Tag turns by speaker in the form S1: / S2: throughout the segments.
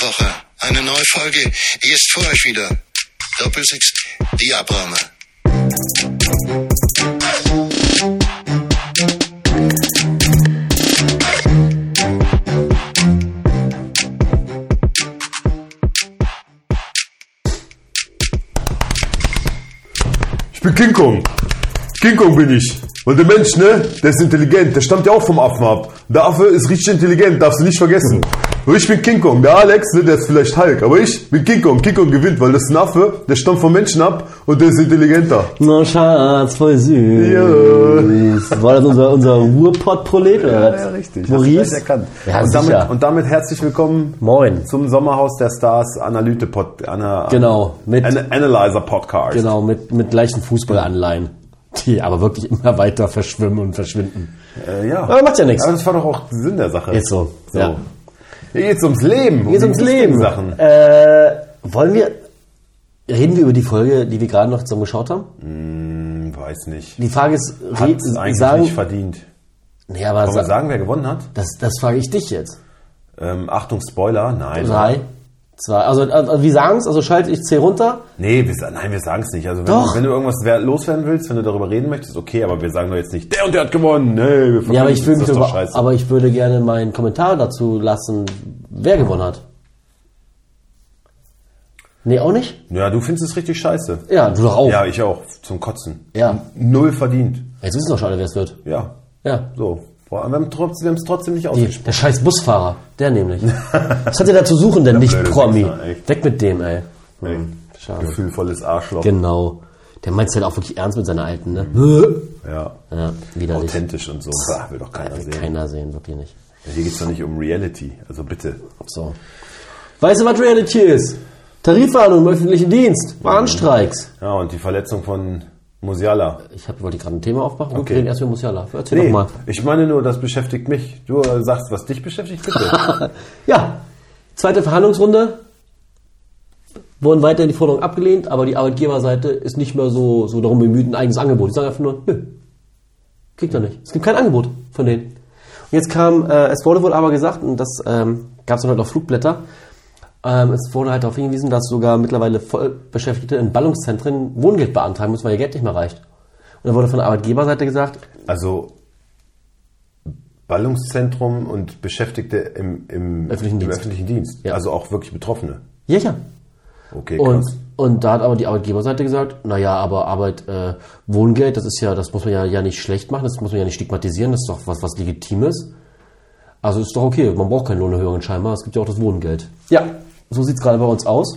S1: Woche eine neue Folge. Die ist für euch wieder. Doppelsechs Diabrahme.
S2: Ich bin King Kong. King Kong bin ich. Weil der Mensch, ne, der ist intelligent. Der stammt ja auch vom Affen ab. Der Affe ist richtig intelligent, darfst du nicht vergessen. Und ich bin King Kong. Der Alex, ne, der ist vielleicht Hulk. Aber ich bin King Kong. King Kong gewinnt, weil das ist ein Affe, der stammt vom Menschen ab und der ist intelligenter.
S3: No, Schatz, voll süß.
S2: Ja.
S3: War das unser, unser Ruhrpott-Prolet oder was?
S4: Hast du
S3: Maurice?
S4: gleich erkannt.
S3: Ja,
S4: und,
S3: sicher.
S4: damit, und damit herzlich willkommen
S3: Moin.
S4: zum Sommerhaus der Stars Analyte Pod, Ana,
S3: Genau, mit-
S4: Ana- Analyzer Podcast.
S3: Genau, mit, mit leichten Fußballanleihen. Die aber wirklich immer weiter verschwimmen und verschwinden.
S4: Äh, ja.
S3: Aber macht ja nichts.
S4: Aber das war doch auch Sinn der Sache.
S3: Ist so, ja.
S4: Hier geht's ums Leben.
S3: Geht
S4: um
S3: ums
S4: die
S3: Leben.
S4: wichtigen Sachen.
S3: Äh, wollen wir. Reden wir über die Folge, die wir gerade noch zusammen geschaut haben?
S4: Hm, weiß nicht.
S3: Die Frage ist, re-
S4: Hat's eigentlich nicht
S3: sagen.
S4: verdient.
S3: Nee, aber
S4: Wollen wir
S3: sa
S4: sagen, wer gewonnen hat?
S3: das, das frage ich dich jetzt.
S4: Ähm, Achtung, Spoiler. Nein.
S3: Drei, zwei. Also, also wir sagen es, also schalte ich C runter.
S4: Nee, wir, sa- nein, wir sagen's nicht. Also wenn,
S3: Doch.
S4: wenn du irgendwas wer- loswerden willst, wenn du darüber reden möchtest, okay, aber wir sagen doch jetzt nicht, der und der hat gewonnen. Nee, wir
S3: Ja, aber ich, will
S4: verkünden es, das
S3: mich
S4: ist doch
S3: darüber,
S4: scheiße.
S3: aber ich würde gerne meinen Kommentar dazu lassen, wer gewonnen hat. Nee, auch nicht?
S4: Ja, du findest es richtig scheiße.
S3: Ja, du doch auch.
S4: Ja, ich auch. Zum Kotzen.
S3: Oh. Ja.
S4: Null verdient.
S3: Jetzt wissen doch schon alle, wer es wird.
S4: Ja.
S3: Ja.
S4: So. Boah, wir haben trotz- wir haben es trotzdem nicht
S3: Die,
S4: ausgespielt.
S3: der scheiß Busfahrer, der nämlich. Was hat der da zu suchen denn,
S4: Der
S3: nicht
S4: blöde
S3: Promi?
S4: Wichser, echt.
S3: Weg mit dem, ey.
S4: Ey,
S3: Hm. Schade.
S4: Gefühlvolles Arschloch.
S3: Genau. Der meint es halt auch wirklich ernst mit seiner alten, ne?
S4: ja.
S3: Ja, widerlich.
S4: Mhm. Authentisch und so. Bah, will doch keiner
S3: Will
S4: sehen.
S3: keiner sehen, wirklich nicht.
S4: Hier geht's doch nicht um Reality. Also bitte.
S3: So. Weißt du, was Reality ist? Tarifverhandlungen im öffentlichen Dienst, Warnstreiks.
S4: Ja, und die Verletzung von Musiala.
S3: Ich hab, wollte gerade ein Thema aufmachen. Okay.
S4: Okay.
S3: Wir reden erst über Musiala. Erzähl doch mal.
S4: ich meine nur, das beschäftigt mich. Du äh, sagst, was dich beschäftigt, bitte.
S3: Ja, zweite Verhandlungsrunde. Wurden weiterhin die Forderungen abgelehnt, aber die Arbeitgeberseite ist nicht mehr so, so darum bemüht, ein eigenes Angebot. Die sagen einfach nur, nö, kriegt er nicht. Es gibt kein Angebot von denen. Und jetzt kam, äh, es wurde wohl aber gesagt, und das ähm, gab es dann halt auf Flugblätter, ähm, es wurde halt darauf hingewiesen, dass sogar mittlerweile Vollbeschäftigte in Ballungszentren Wohngeld beantragen müssen, weil ihr Geld nicht mehr reicht. Und dann wurde von der Arbeitgeberseite gesagt,
S4: Also Ballungszentrum und Beschäftigte im, im,
S3: Öffentlichen
S4: im
S3: Dienst.
S4: öffentlichen Dienst.
S3: Ja.
S4: Also auch wirklich Betroffene.
S3: ja, ja,
S4: Okay,
S3: Und,
S4: krass.
S3: und da hat aber die Arbeitgeberseite gesagt, naja, aber Arbeit, äh, Wohngeld, das ist ja, das muss man ja, ja nicht schlecht machen, das muss man ja nicht stigmatisieren, das ist doch was, was Legitimes. Also ist doch okay, man braucht keine Lohnerhöhungen scheinbar, es gibt ja auch das Wohngeld. Ja, so sieht es gerade bei uns aus.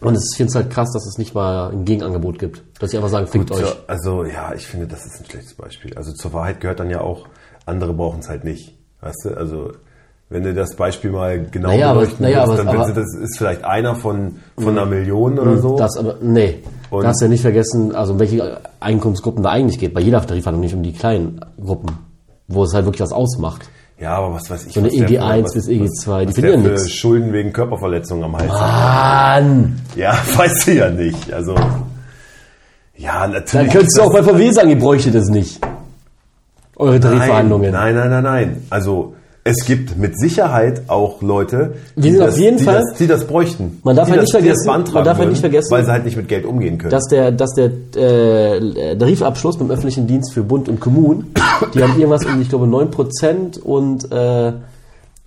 S3: Und es- ich finde es halt krass, dass es nicht mal ein Gegenangebot gibt. Dass sie einfach sagen, fickt euch.
S4: Zur, also ja, ich finde, das ist ein schlechtes Beispiel. Also zur Wahrheit gehört dann ja auch, andere brauchen es halt nicht. Weißt du, also wenn du das Beispiel mal genau
S3: Naja, aber-
S4: beleuchten
S3: naja, aber-
S4: willst, dann
S3: aber- Mhm.
S4: sind das ist vielleicht einer von, von einer Million oder so.
S3: Das aber, nee.
S4: Und-
S3: da hast du ja nicht vergessen, also um welche Einkommensgruppen da eigentlich geht. Bei jeder Tarifverhandlung nicht um die kleinen Gruppen, wo es halt wirklich was ausmacht.
S4: ja, aber was weiß ich.
S3: So eine
S4: was der
S3: EG1
S4: für- was-
S3: bis EG2, die Ah.
S4: was
S3: verdienen
S4: der für
S3: nix.
S4: Schulden wegen Körperverletzung am Hals. hat.
S3: Mann!
S4: Ja, weißt du ja nicht. Also ja,
S3: Dann
S4: natürlich.
S3: könntest du auch bei VW sagen, ihr bräuchtet es nicht. Eure Tarifverhandlungen.
S4: Nein, nein, nein, nein. Also es gibt mit Sicherheit auch Leute,
S3: Wir sind auf jeden
S4: die,
S3: Fall-
S4: das, die das bräuchten.
S3: Man darf
S4: die
S3: halt
S4: das,
S3: nicht
S4: die das
S3: vergessen- man
S4: beantragen
S3: darf halt nicht
S4: würden,
S3: vergessen-
S4: Weil sie halt nicht mit Geld umgehen können.
S3: Dass der, dass der äh, Tarifabschluss beim öffentlichen Dienst für Bund und Kommunen, die haben irgendwas um, ich glaube, 9% und äh,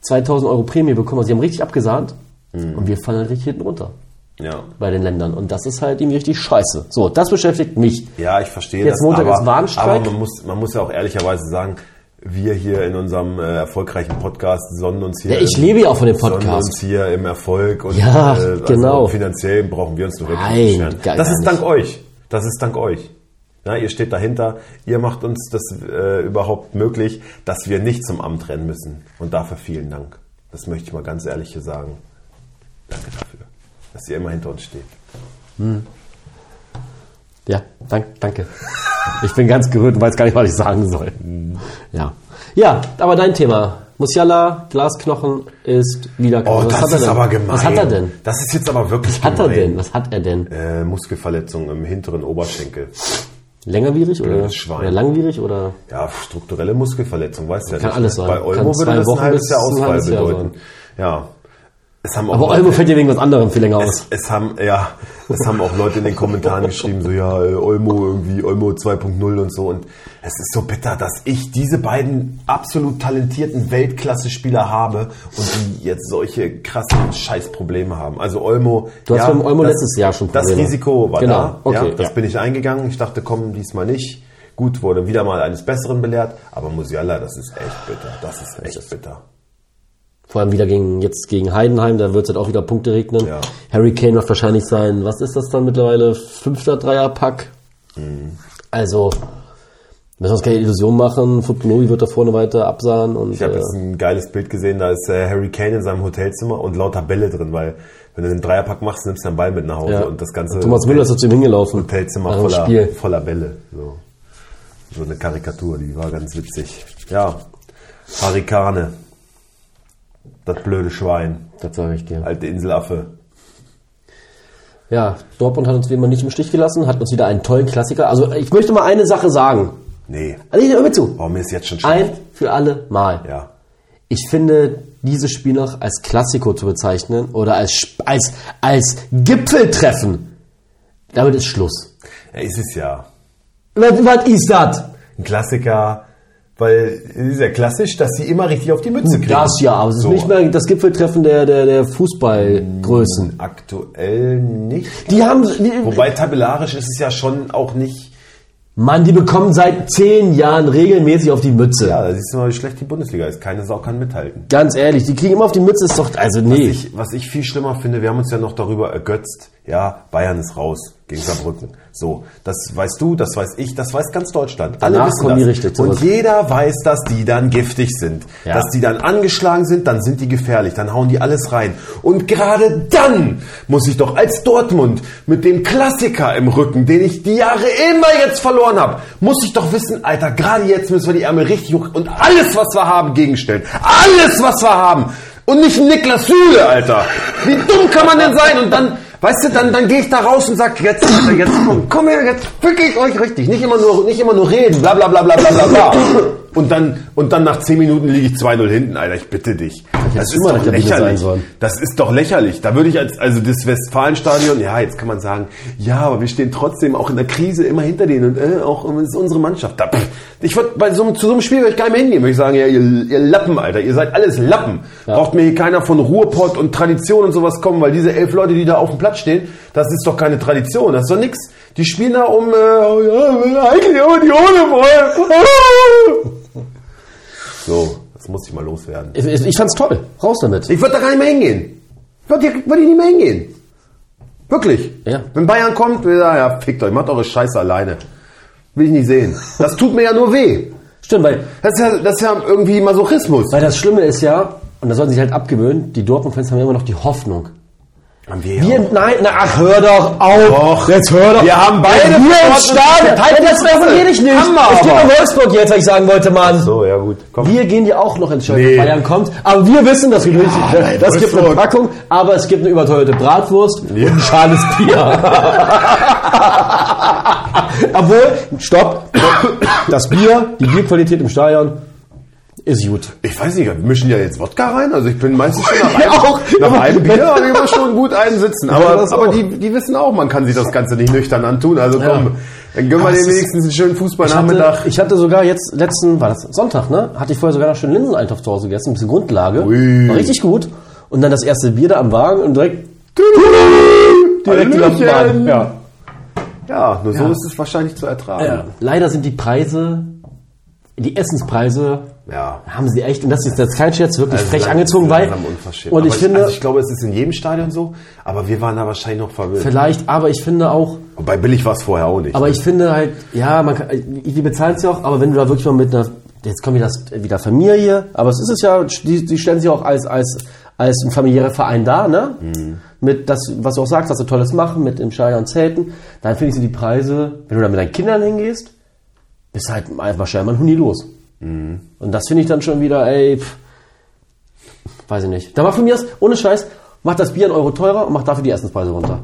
S3: 2000 Euro Prämie bekommen. Also die haben richtig abgesahnt
S4: Mhm.
S3: und wir fallen halt richtig hinten runter
S4: ja.
S3: bei den Ländern. Und das ist halt irgendwie richtig scheiße. So, das beschäftigt mich.
S4: ja, ich verstehe
S3: Jetzt
S4: das.
S3: Montag
S4: aber,
S3: ist Warnstreik.
S4: Aber man muss, man muss ja auch ehrlicherweise sagen, wir hier in unserem äh, erfolgreichen Podcast sonnen uns hier.
S3: Ja, ich
S4: im-
S3: lebe ja auch von dem
S4: Sonnen
S3: Podcast.
S4: uns hier im Erfolg und
S3: Ja,
S4: also
S3: genau.
S4: finanziell brauchen wir uns nur wirklich
S3: Nein,
S4: nicht beschweren.
S3: gar-
S4: Das
S3: gar
S4: ist
S3: nicht.
S4: dank euch. Das ist dank euch. Ja, ihr steht dahinter, ihr macht uns das äh, überhaupt möglich, dass wir nicht zum Amt rennen müssen. Und dafür vielen Dank. Das möchte ich mal ganz ehrlich hier sagen. Danke dafür, dass ihr immer hinter uns steht.
S3: Ja, dank, danke. Ich bin ganz gerührt und weiß gar nicht, was ich sagen soll.
S4: Mhm.
S3: Ja. Ja, aber dein Thema. Musiala, Glasknochen ist wieder
S4: Oh,
S3: Was
S4: das,
S3: hat er
S4: ist
S3: denn?
S4: aber gemein.
S3: Was hat er denn?
S4: Das ist jetzt aber wirklich
S3: Was hat er
S4: gemein.
S3: denn? Was hat er denn?
S4: Äh, Muskelverletzung im hinteren Oberschenkel.
S3: Längerwierig oder,
S4: Blödes Schwein.
S3: oder langwierig oder?
S4: Ja, strukturelle Muskelverletzung, weißt du ja
S3: Kann
S4: nicht.
S3: alles sein.
S4: Bei Olmo
S3: Kann
S4: würde
S3: zwei
S4: das
S3: Wochen
S4: ein halbes
S3: bis
S4: Jahr
S3: ein
S4: Ausfall
S3: halbes Jahr
S4: bedeuten. Ja. Es haben auch
S3: Aber
S4: Leute-
S3: Olmo fällt ja wegen was anderem viel länger
S4: es,
S3: aus.
S4: es haben, ja, es haben auch Leute in den Kommentaren geschrieben, so, ja, äh, Olmo irgendwie, Olmo 2.0 und so. Und es ist so bitter, dass ich diese beiden absolut talentierten Weltklasse-Spieler habe und die jetzt solche krassen Scheißprobleme haben. Also Olmo.
S3: Du hast beim Olmo letztes Jahr schon
S4: Das
S3: Probleme.
S4: Risiko war
S3: Genau,
S4: da.
S3: okay,
S4: ja, das
S3: ja.
S4: bin ich eingegangen. Ich dachte, komm, diesmal nicht. Gut, wurde wieder mal eines Besseren belehrt. Aber Musiala, das ist echt bitter. Das ist echt bitter.
S3: Vor allem wieder gegen, jetzt gegen Heidenheim, da wird es halt auch wieder Punkte regnen.
S4: Ja.
S3: Harry Kane wird wahrscheinlich sein, was ist das dann mittlerweile? Fünfter Dreierpack.
S4: Mhm.
S3: Also, müssen wir uns keine Illusion machen. Footballowi wird da vorne weiter absahen und
S4: Ich habe
S3: äh,
S4: jetzt ein geiles Bild gesehen, da ist äh, Harry Kane in seinem Hotelzimmer und lauter Bälle drin, weil wenn du einen Dreierpack machst, nimmst du einen Ball mit nach Hause
S3: äh, ja.
S4: und das ganze
S3: Thomas Müller ist so zu ihm hingelaufen.
S4: Hotelzimmer
S3: Nach dem
S4: voller,
S3: Spiel.
S4: voller Bälle. So. so eine Karikatur, die war ganz witzig. Ja, Harikane. Das blöde Schwein.
S3: Das sage ich dir.
S4: Alte Inselaffe.
S3: Ja, Dortmund hat uns wie immer nicht im Stich gelassen, hat uns wieder einen tollen Klassiker. Also ich möchte mal eine Sache sagen.
S4: Nee.
S3: Also ich höre mir zu.
S4: Warum mir ist jetzt schon schlecht?
S3: Ein für alle Mal.
S4: Ja.
S3: Ich finde, dieses Spiel noch als Klassiko zu bezeichnen oder als, Sp- als, als Gipfeltreffen, damit ist Schluss.
S4: ja. Ist es ja.
S3: Was, was ist das?
S4: Ein Klassiker. Weil es ist ja klassisch, dass sie immer richtig auf die Mütze kriegen.
S3: Das ja, aber es ist
S4: So.
S3: nicht mehr das Gipfeltreffen der, der, der Fußballgrößen.
S4: Aktuell nicht.
S3: Die haben, die,
S4: Wobei tabellarisch ist es ja schon auch nicht.
S3: Mann, die bekommen seit zehn Jahren regelmäßig auf die Mütze.
S4: Ja, Ah, da siehst du mal, wie schlecht die Bundesliga ist. Keine Sau kann mithalten.
S3: Ganz ehrlich, die kriegen immer auf die Mütze, ist doch, also nee.
S4: Ich, was ich viel schlimmer finde, wir haben uns ja noch darüber ergötzt. Ja, Bayern ist raus gegen Saarbrücken. So, das weißt du, das weiß ich, das weiß ganz Deutschland. Alle
S3: Danach
S4: wissen
S3: kommen
S4: das.
S3: die richtig zurück.
S4: Und jeder weiß, dass die dann giftig sind.
S3: Ja.
S4: Dass die dann angeschlagen sind, dann sind die gefährlich, dann hauen die alles rein. Und gerade dann muss ich doch als Dortmund mit dem Klassiker im Rücken, den ich die Jahre immer jetzt verloren habe, muss ich doch wissen, Alter, gerade jetzt müssen wir die Ärmel richtig hoch und alles, was wir haben, gegenstellen. Alles, was wir haben. Und nicht ein Niklas Süle, Alter. Wie dumm kann man denn sein? Und dann, weißt du, dann, dann gehe ich da raus und sag, jetzt, Alter, jetzt komm, komm her, jetzt fick ich euch richtig. Nicht immer nur, nicht immer nur reden, bla bla bla bla bla bla bla. Und dann, und dann nach 10 Minuten liege ich 2-0 hinten, Alter, ich bitte dich. Das ist
S3: immer
S4: doch
S3: der Bitte sein
S4: lächerlich.
S3: sollen.
S4: Das ist doch lächerlich. Da würde ich als, also das Westfalenstadion, ja, jetzt kann man sagen, ja, aber wir stehen trotzdem auch in der Krise immer hinter denen und äh, auch ähm, es ist unsere Mannschaft. Da, pff, ich würde bei so einem, zu so einem Spiel würde ich gar nicht mehr hingehen, würde ich sagen, ja, ihr, ihr Lappen, Alter, ihr seid alles Lappen. Braucht mir hier keiner von Ruhrpott und Tradition und sowas kommen, weil diese elf Leute, die da auf dem Platz stehen, das ist doch keine Tradition, das ist doch nix. Die spielen da um, äh, oh ja, eigentlich aber die ohne wollen. So, das muss ich mal loswerden.
S3: Ich, ich fand's toll. Raus damit.
S4: Ich würde da gar nicht mehr hingehen. Würde ich, würd ich nicht mehr hingehen. Wirklich.
S3: Ja.
S4: Wenn Bayern kommt, will ich sagen, ja, fickt euch, macht eure Scheiße alleine. Will ich nicht sehen. Das tut mir ja nur weh.
S3: Stimmt, weil,
S4: Das ist ja, das ist ja irgendwie Masochismus.
S3: weil das Schlimme ist ja, und da sollen sie sich halt abgewöhnen, die Dortmund-Fans haben ja immer noch die Hoffnung.
S4: Haben wir ja
S3: Wir,
S4: auch.
S3: nein, na, ach, hör doch auf.
S4: Doch.
S3: Jetzt hör doch.
S4: Wir haben beide
S3: Wenn wir im
S4: verloren.
S3: Stadion.
S4: Halt die
S3: Halt das
S4: Fresse.
S3: davon rede ich nicht.
S4: Haben wir
S3: es geht
S4: aber.
S3: um Wolfsburg jetzt, was ich sagen wollte, Mann.
S4: So, ja gut. Komm.
S3: Wir gehen ja auch noch ins Shirt,
S4: Nee.
S3: Bayern kommt. Aber wir wissen, dass wir nicht,
S4: nein,
S3: das gibt eine
S4: Wolfsburg.
S3: Packung, aber es gibt eine überteuerte Bratwurst und ein schales Bier. Obwohl, stopp, das Bier, die Bierqualität im Stadion ist gut.
S4: Ich weiß nicht, wir mischen ja jetzt Wodka rein. Also ich bin meistens schon nach
S3: Ja,
S4: einem,
S3: auch.
S4: nach einem Bier habe ich immer schon gut einen sitzen.
S3: Ja,
S4: Aber,
S3: das
S4: aber
S3: auch.
S4: die, die wissen auch, man kann sich das Ganze nicht nüchtern antun. Also komm, dann gönnen wir
S3: Aber
S4: denen
S3: es ist-
S4: wenigstens einen schönen
S3: Ich hatte,
S4: Fußballnachmittag.
S3: ich hatte sogar jetzt letzten, war das Sonntag, ne? Hatte ich vorher sogar noch schön Linseneintopf zu Hause gegessen, ein bisschen Grundlage.
S4: Ui.
S3: War richtig gut. Und dann das erste Bier da am Wagen und direkt. Direkt die Lampen
S4: Hallöchen.
S3: an. Ja.
S4: Ja, nur so ist es wahrscheinlich zu ertragen.
S3: Ja. äh, Leider sind die Preise, die Essenspreise,
S4: Ja.
S3: haben sie echt, und das ist jetzt kein Scherz, wirklich
S4: Also
S3: frech
S4: lang-
S3: angezogen, weil.
S4: langsam unverschämt.
S3: Und
S4: aber
S3: ich finde,
S4: also ich glaube, es ist in jedem Stadion so, aber wir waren da wahrscheinlich noch verwirrt.
S3: vielleicht, aber ich finde auch,
S4: Wobei billig war es vorher auch nicht.
S3: Aber ich finde halt, ja, man kann, die bezahlen es ja auch, aber wenn du da wirklich mal mit einer, jetzt kommt wieder, das, wieder Familie, aber es ist es ja, die, die stellen sich auch als, als, als ein familiärer Verein da, ne? Mit das, was du auch sagst, dass sie Tolles machen, mit im Stadion zelten, dann finde ich so die Preise, wenn du da mit deinen Kindern hingehst, bist halt einfach schnell mal ein Huni los. Und das finde ich dann schon wieder, ey, pff, weiß ich nicht. Da macht von mir aus, ohne Scheiß, macht das Bier einen Euro teurer und macht dafür die Essenspreise runter.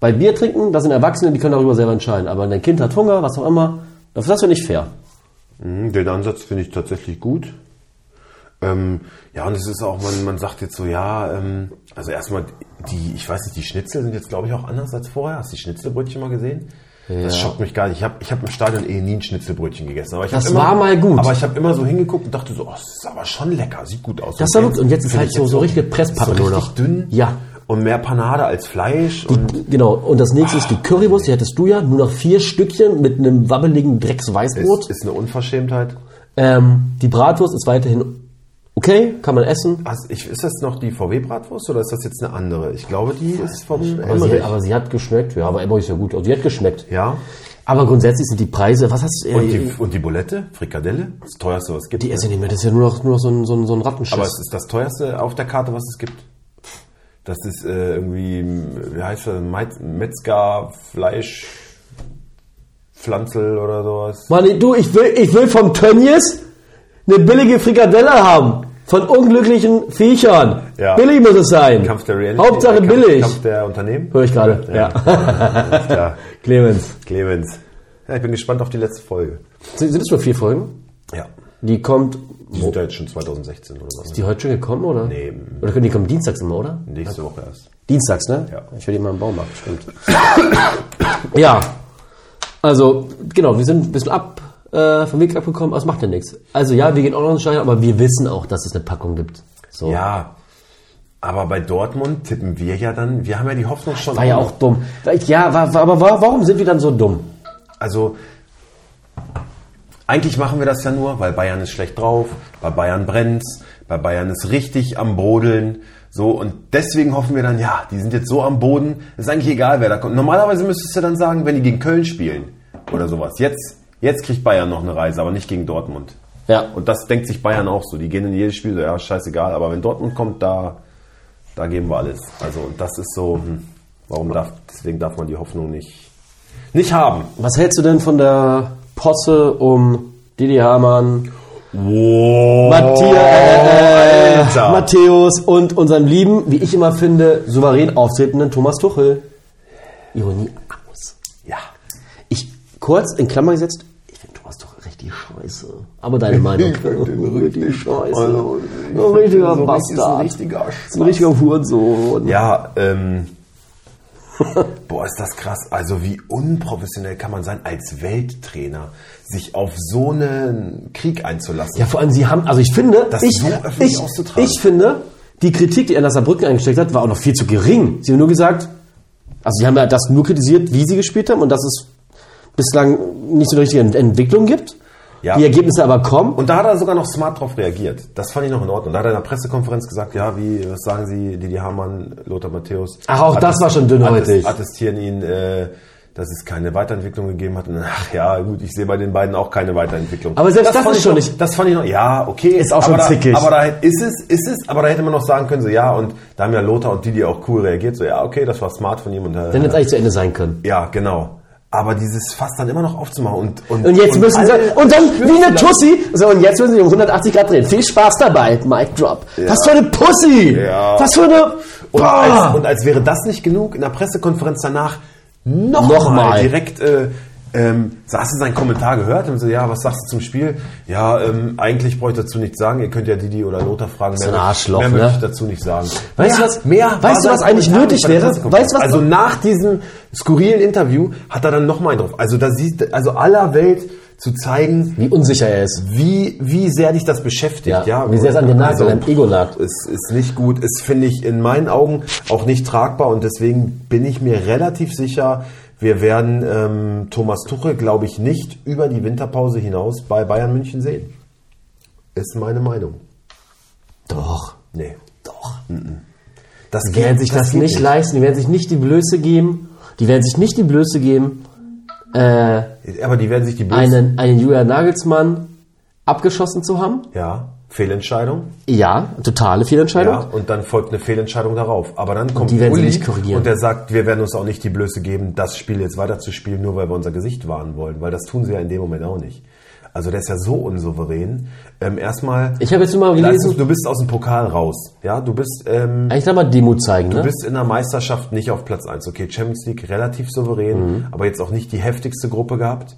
S3: Bei Bier trinken, das sind Erwachsene, die können darüber selber entscheiden. Aber dein Kind hat Hunger, was auch immer, das ist ja nicht fair.
S4: Hm, Mhm, Den Ansatz finde ich tatsächlich gut. Ähm, ja, und es ist auch, man, man sagt jetzt so, ja, ähm, also erstmal, die, ich weiß nicht, die Schnitzel sind jetzt, glaube ich, auch anders als vorher. Hast du die Schnitzelbrötchen mal gesehen? Das schockt mich gar nicht. Ich habe ich hab im Stadion eh nie ein Schnitzelbrötchen gegessen. Aber ich hab
S3: Das
S4: immer,
S3: war mal gut.
S4: Aber ich habe immer so hingeguckt und dachte so, oh, das ist aber schon lecker, sieht gut aus.
S3: Das war wirklich- und jetzt ist
S4: Finde
S3: halt
S4: ich
S3: so- so
S4: auch-
S3: richtige Presspappe
S4: so
S3: nur
S4: richtig
S3: noch.
S4: dünn.
S3: Ja.
S4: Und mehr Panade als Fleisch. und
S3: Genau, und das nächste ist die Currywurst, die hattest du ja, nur noch vier Stückchen mit einem wabbeligen Drecksweißbrot.
S4: ist, ist eine Unverschämtheit.
S3: Ähm, die Bratwurst ist weiterhin okay, kann man essen.
S4: Also ich, ist das noch die VW-Bratwurst oder ist das jetzt eine andere? Ich glaube, die ist vom
S3: Aber sie,
S4: Emmerich.
S3: aber sie hat geschmeckt, ja, aber Emmerich ist ja gut, also sie hat geschmeckt.
S4: Ja.
S3: Aber grundsätzlich sind die Preise, was hast du, äh,
S4: Und die, und die Bulette, Frikadelle, das teuerste, was es gibt.
S3: die esse ich nicht mehr, das ist ja nur noch, nur noch so ein, so ein, so ein Rattenschiss.
S4: Aber es ist das teuerste auf der Karte, was es gibt. Das ist äh, irgendwie, m, wie heißt das, Meiz- Metzger, Fleisch, Pflanzel oder sowas.
S3: Mann, du, ich will, ich will vom Tönnies eine billige Frikadelle haben. Von unglücklichen Viechern.
S4: Ja.
S3: Billig muss es sein.
S4: Kampf der Reality.
S3: Hauptsache
S4: Kampf,
S3: billig.
S4: Kampf der Unternehmen.
S3: Höre ich gerade. Ja.
S4: Ja,
S3: Clemens.
S4: Clemens. Ja, ich bin gespannt auf die letzte Folge.
S3: Sind, sind es nur vier Folgen?
S4: Ja.
S3: Die kommt.
S4: Die sind ja jetzt schon 2016 oder was.
S3: Die heute schon gekommen, oder?
S4: Nee.
S3: Oder können die kommen dienstags immer, oder?
S4: Nächste Woche erst.
S3: Dienstags, ne?
S4: Ja.
S3: Ich will die mal im Baumarkt, stimmt. ja. Also, genau, wir sind ein bisschen ab äh, vom Weg abgekommen, aber es macht ja nichts. Also ja, wir gehen auch noch ins Stadion, aber wir wissen auch, dass es eine Packung gibt. So.
S4: Ja. Aber bei Dortmund tippen wir ja dann, wir haben ja die Hoffnung schon.
S3: War ja auch dumm. Ja, war, war, aber war, warum sind wir dann so dumm?
S4: Also eigentlich machen wir das ja nur, weil Bayern ist schlecht drauf, bei Bayern brennt's, bei Bayern ist richtig am Brodeln. So, und deswegen hoffen wir dann, ja, die sind jetzt so am Boden, ist eigentlich egal, wer da kommt. Normalerweise müsstest du dann sagen, wenn die gegen Köln spielen oder sowas. Jetzt, jetzt kriegt Bayern noch eine Reise, aber nicht gegen Dortmund.
S3: Ja.
S4: Und das denkt sich Bayern auch so. Die gehen in jedes Spiel so, ja, scheißegal, aber wenn Dortmund kommt, da, da geben wir alles. Also, und das ist so, hm, warum darf, deswegen darf man die Hoffnung nicht, nicht haben.
S3: Was hältst du denn von der Posse um Didi Hamann,
S4: Wow,
S3: Oh, Mattia, äh, äh,
S4: Alter.
S3: Matthäus und unseren lieben, wie ich immer finde, souverän auftretenden Thomas Tuchel? Ironie aus.
S4: ja.
S3: Ich, kurz in Klammer gesetzt, ich finde Thomas Tuchel richtig scheiße. Aber deine Meinung. richtig scheiße.
S4: also, ich
S3: ein richtiger
S4: so richtig- ist ein
S3: Bastard.
S4: richtiger
S3: Ist ein richtiger Hurensohn.
S4: Ja, ähm. Boah, ist das krass. Also wie unprofessionell kann man sein als Welttrainer, sich auf so einen Krieg einzulassen.
S3: Ja, vor allem, sie haben, also ich finde,
S4: Das
S3: ich,
S4: so öffentlich
S3: ich,
S4: auszutragen.
S3: ich finde, die Kritik, die er nach Saarbrücken eingesteckt hat, war auch noch viel zu gering. Sie haben nur gesagt, also sie haben ja das nur kritisiert, wie sie gespielt haben und dass es bislang nicht so eine richtige Ent- Entwicklung gibt.
S4: Ja.
S3: Die Ergebnisse aber kommen.
S4: Und da hat er sogar noch smart drauf reagiert. Das fand ich noch in Ordnung. Da hat er in der Pressekonferenz gesagt, ja, wie, was sagen Sie, Didi Hamann, Lothar Matthäus.
S3: Ach, auch das war schon dünnhäutig.
S4: attest- Attestieren ihn, äh, dass es keine Weiterentwicklung gegeben hat. Und ach ja, gut, ich sehe bei den beiden auch keine Weiterentwicklung.
S3: Aber selbst das
S4: fand
S3: ist
S4: ich
S3: schon
S4: noch-
S3: nicht-
S4: Das fand ich noch, ja, okay.
S3: Ist auch schon
S4: aber
S3: zickig.
S4: Da, aber da hätt- ist es, ist es, aber da hätte man noch sagen können, so ja, und da haben ja Lothar und Didi auch cool reagiert. So ja, okay, das war smart von ihm. Und, äh,
S3: Dann hätte es eigentlich zu Ende sein können.
S4: ja, genau. Aber dieses Fass dann immer noch aufzumachen und... Und,
S3: Und jetzt müssen sie,
S4: alle-
S3: und dann
S4: spürst
S3: wie eine
S4: du das?
S3: Tussi, so und jetzt müssen sie um 180 Grad drehen. Viel Spaß dabei, Mic Drop. Was für eine Pussy!
S4: Ja.
S3: Was für eine...
S4: Und
S3: Boah.
S4: als, und als wäre das nicht genug, in der Pressekonferenz danach nochmal
S3: Nochmal.
S4: direkt. Äh, ähm, so hast du seinen Kommentar gehört? Und so, ja, was sagst du zum Spiel? Ja, ähm, eigentlich brauche ich dazu nichts sagen. Ihr könnt ja Didi oder Lothar fragen.
S3: ein
S4: Mehr-
S3: Arschloch,
S4: mehr möchte
S3: ne?
S4: ich dazu nicht sagen.
S3: Weißt
S4: mehr,
S3: du was-
S4: Mehr
S3: weißt
S4: war
S3: du,
S4: sein
S3: was eigentlich
S4: Kommentar
S3: nötig
S4: nicht bei der
S3: wäre?
S4: Pressekonferenz.
S3: Weißt du, was-
S4: Also nach diesem skurrilen Interview hat er dann nochmal einen drauf. Also da sieht, also aller Welt zu zeigen,
S3: Wie unsicher er ist.
S4: wie, wie sehr dich das beschäftigt.
S3: Ja,
S4: Ja, Also,
S3: wie sehr es an dir nagt, an deinem Ego nagt.
S4: Es ist nicht gut, ist, finde ich, in meinen Augen auch nicht tragbar und deswegen bin ich mir relativ sicher, wir werden ähm, Thomas Tuchel, glaube ich, nicht über die Winterpause hinaus bei Bayern München sehen. Ist meine Meinung.
S3: Doch.
S4: Nee.
S3: Doch.
S4: Das
S3: Die werden sich das,
S4: geht
S3: nicht leisten. Die werden sich nicht die Blöße geben. Die werden sich nicht die Blöße geben, äh,
S4: Aber die werden sich die Blößen-
S3: einen, einen Julian Nagelsmann abgeschossen zu haben.
S4: Ja, Fehlentscheidung.
S3: Ja, totale Fehlentscheidung.
S4: Ja, und dann folgt eine Fehlentscheidung darauf. Aber dann kommt
S3: die werden sie
S4: Uli
S3: nicht korrigieren.
S4: und der sagt, wir werden uns auch nicht die Blöße geben, das Spiel jetzt weiterzuspielen, nur weil wir unser Gesicht wahren wollen. Weil das tun sie ja in dem Moment auch nicht. Also der ist ja so unsouverän. Ähm, erstmal,
S3: Ich habe jetzt nur mal
S4: Leistungs-
S3: gelesen,
S4: du bist aus dem Pokal raus. Ja, du bist, ähm,
S3: eigentlich darf man Demut zeigen,
S4: du
S3: ne?
S4: bist in der Meisterschaft nicht auf Platz 1. Okay, Champions League relativ souverän, aber jetzt auch nicht die heftigste Gruppe gehabt.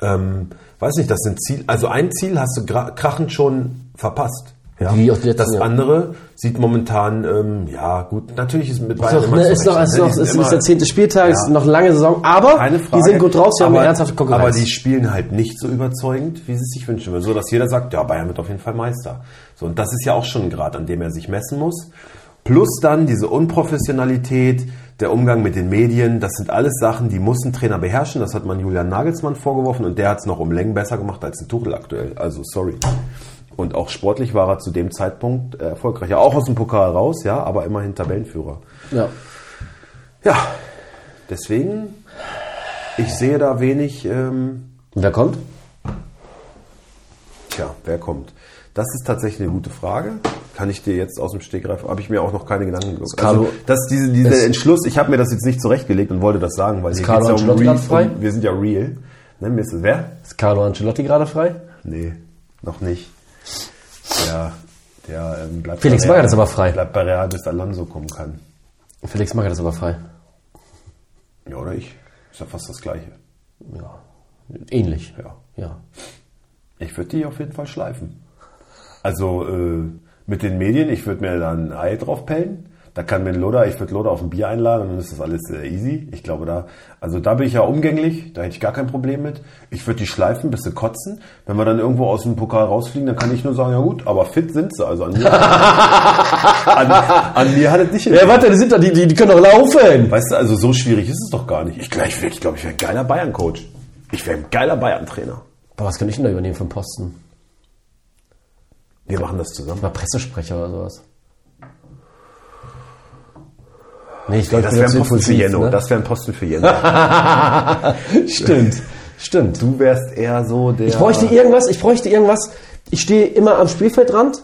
S4: Ähm, weiß nicht, das sind Ziel. Also ein Ziel hast du gra- krachend schon verpasst. Ja.
S3: Wie aus den letzten
S4: das
S3: Jahren.
S4: andere sieht momentan, ähm, ja gut, natürlich ist mit
S3: Ist,
S4: beiden
S3: noch, ne, ist, noch, ist,
S4: ne?
S3: noch,
S4: Die sind
S3: ist,
S4: immer-
S3: ist der zehnte Spieltag, ist
S4: Ja.
S3: noch lange Saison, aber
S4: Keine Frage.
S3: die sind gut drauf, sie haben
S4: aber,
S3: eine ernsthafte Konkurrenz.
S4: Aber die spielen halt nicht so überzeugend, wie sie sich wünschen würden. So, dass jeder sagt, ja, Bayern wird auf jeden Fall Meister. So, und das ist ja auch schon ein Grad, an dem er sich messen muss. Plus dann diese Unprofessionalität, der Umgang mit den Medien, das sind alles Sachen, die muss ein Trainer beherrschen. Das hat man Julian Nagelsmann vorgeworfen und der hat es noch um Längen besser gemacht als ein Tuchel aktuell. Also, sorry. Und auch sportlich war er zu dem Zeitpunkt äh, erfolgreich. Ja, auch aus dem Pokal raus, ja, aber immerhin Tabellenführer.
S3: ja.
S4: Ja, deswegen, ich sehe da wenig, ähm,
S3: Und wer kommt?
S4: tja, wer kommt? Das ist tatsächlich eine gute Frage. Kann ich dir jetzt aus dem Stegreif, habe ich mir auch noch keine Gedanken gemacht. Also,
S3: Carlo-
S4: das, diese, dieser
S3: Ist-
S4: Entschluss, ich habe mir das jetzt nicht zurechtgelegt und wollte das sagen, weil hier
S3: Carlo
S4: geht's um
S3: Ancelotti
S4: real,
S3: gerade frei?
S4: wir sind ja real. Ne, mir ist es, wer?
S3: Ist Carlo Ancelotti gerade frei?
S4: Nee, noch nicht. Der, der ähm, bleibt
S3: Felix
S4: bei Real-
S3: Magath ist aber frei.
S4: Bleibt bei Real, bis Alonso kommen kann.
S3: Felix Magath ist aber frei.
S4: Ja, oder ich? Ist ja fast das Gleiche.
S3: Ja. Ähnlich.
S4: Ja.
S3: ja.
S4: Ich würde die auf jeden Fall schleifen. Also äh, mit den Medien, ich würde mir da ein Ei drauf pellen. Da kann mir ein Loder, ich würde Loder auf ein Bier einladen und dann ist das alles äh, easy. Ich glaube da, also da bin ich ja umgänglich, da hätte ich gar kein Problem mit. Ich würde die schleifen, bis sie kotzen. Wenn wir dann irgendwo aus dem Pokal rausfliegen, dann kann ich nur sagen, ja gut, aber fit sind sie. Also an mir, an, an mir hat es nicht
S3: Ja, warte, die sind da, die, die, die können doch laufen.
S4: Weißt du, also so schwierig ist es doch gar nicht. Ich glaube, ich, wär- ich, glaub, ich wäre ein geiler Bayern-Coach. Ich wäre ein geiler Bayern-Trainer.
S3: Boah, was kann ich denn da übernehmen für einen Posten?
S4: Wir machen das zusammen.
S3: Mal Pressesprecher oder sowas. Nee, ich glaube,
S4: Das
S3: ich bin
S4: wäre
S3: zu
S4: ein Posten für
S3: impulsiv,
S4: Jenno.
S3: ne?
S4: Das wäre ein Posten für Jenno.
S3: Stimmt, stimmt.
S4: Du wärst eher so der.
S3: Ich bräuchte irgendwas, ich bräuchte irgendwas. Ich stehe immer am Spielfeldrand.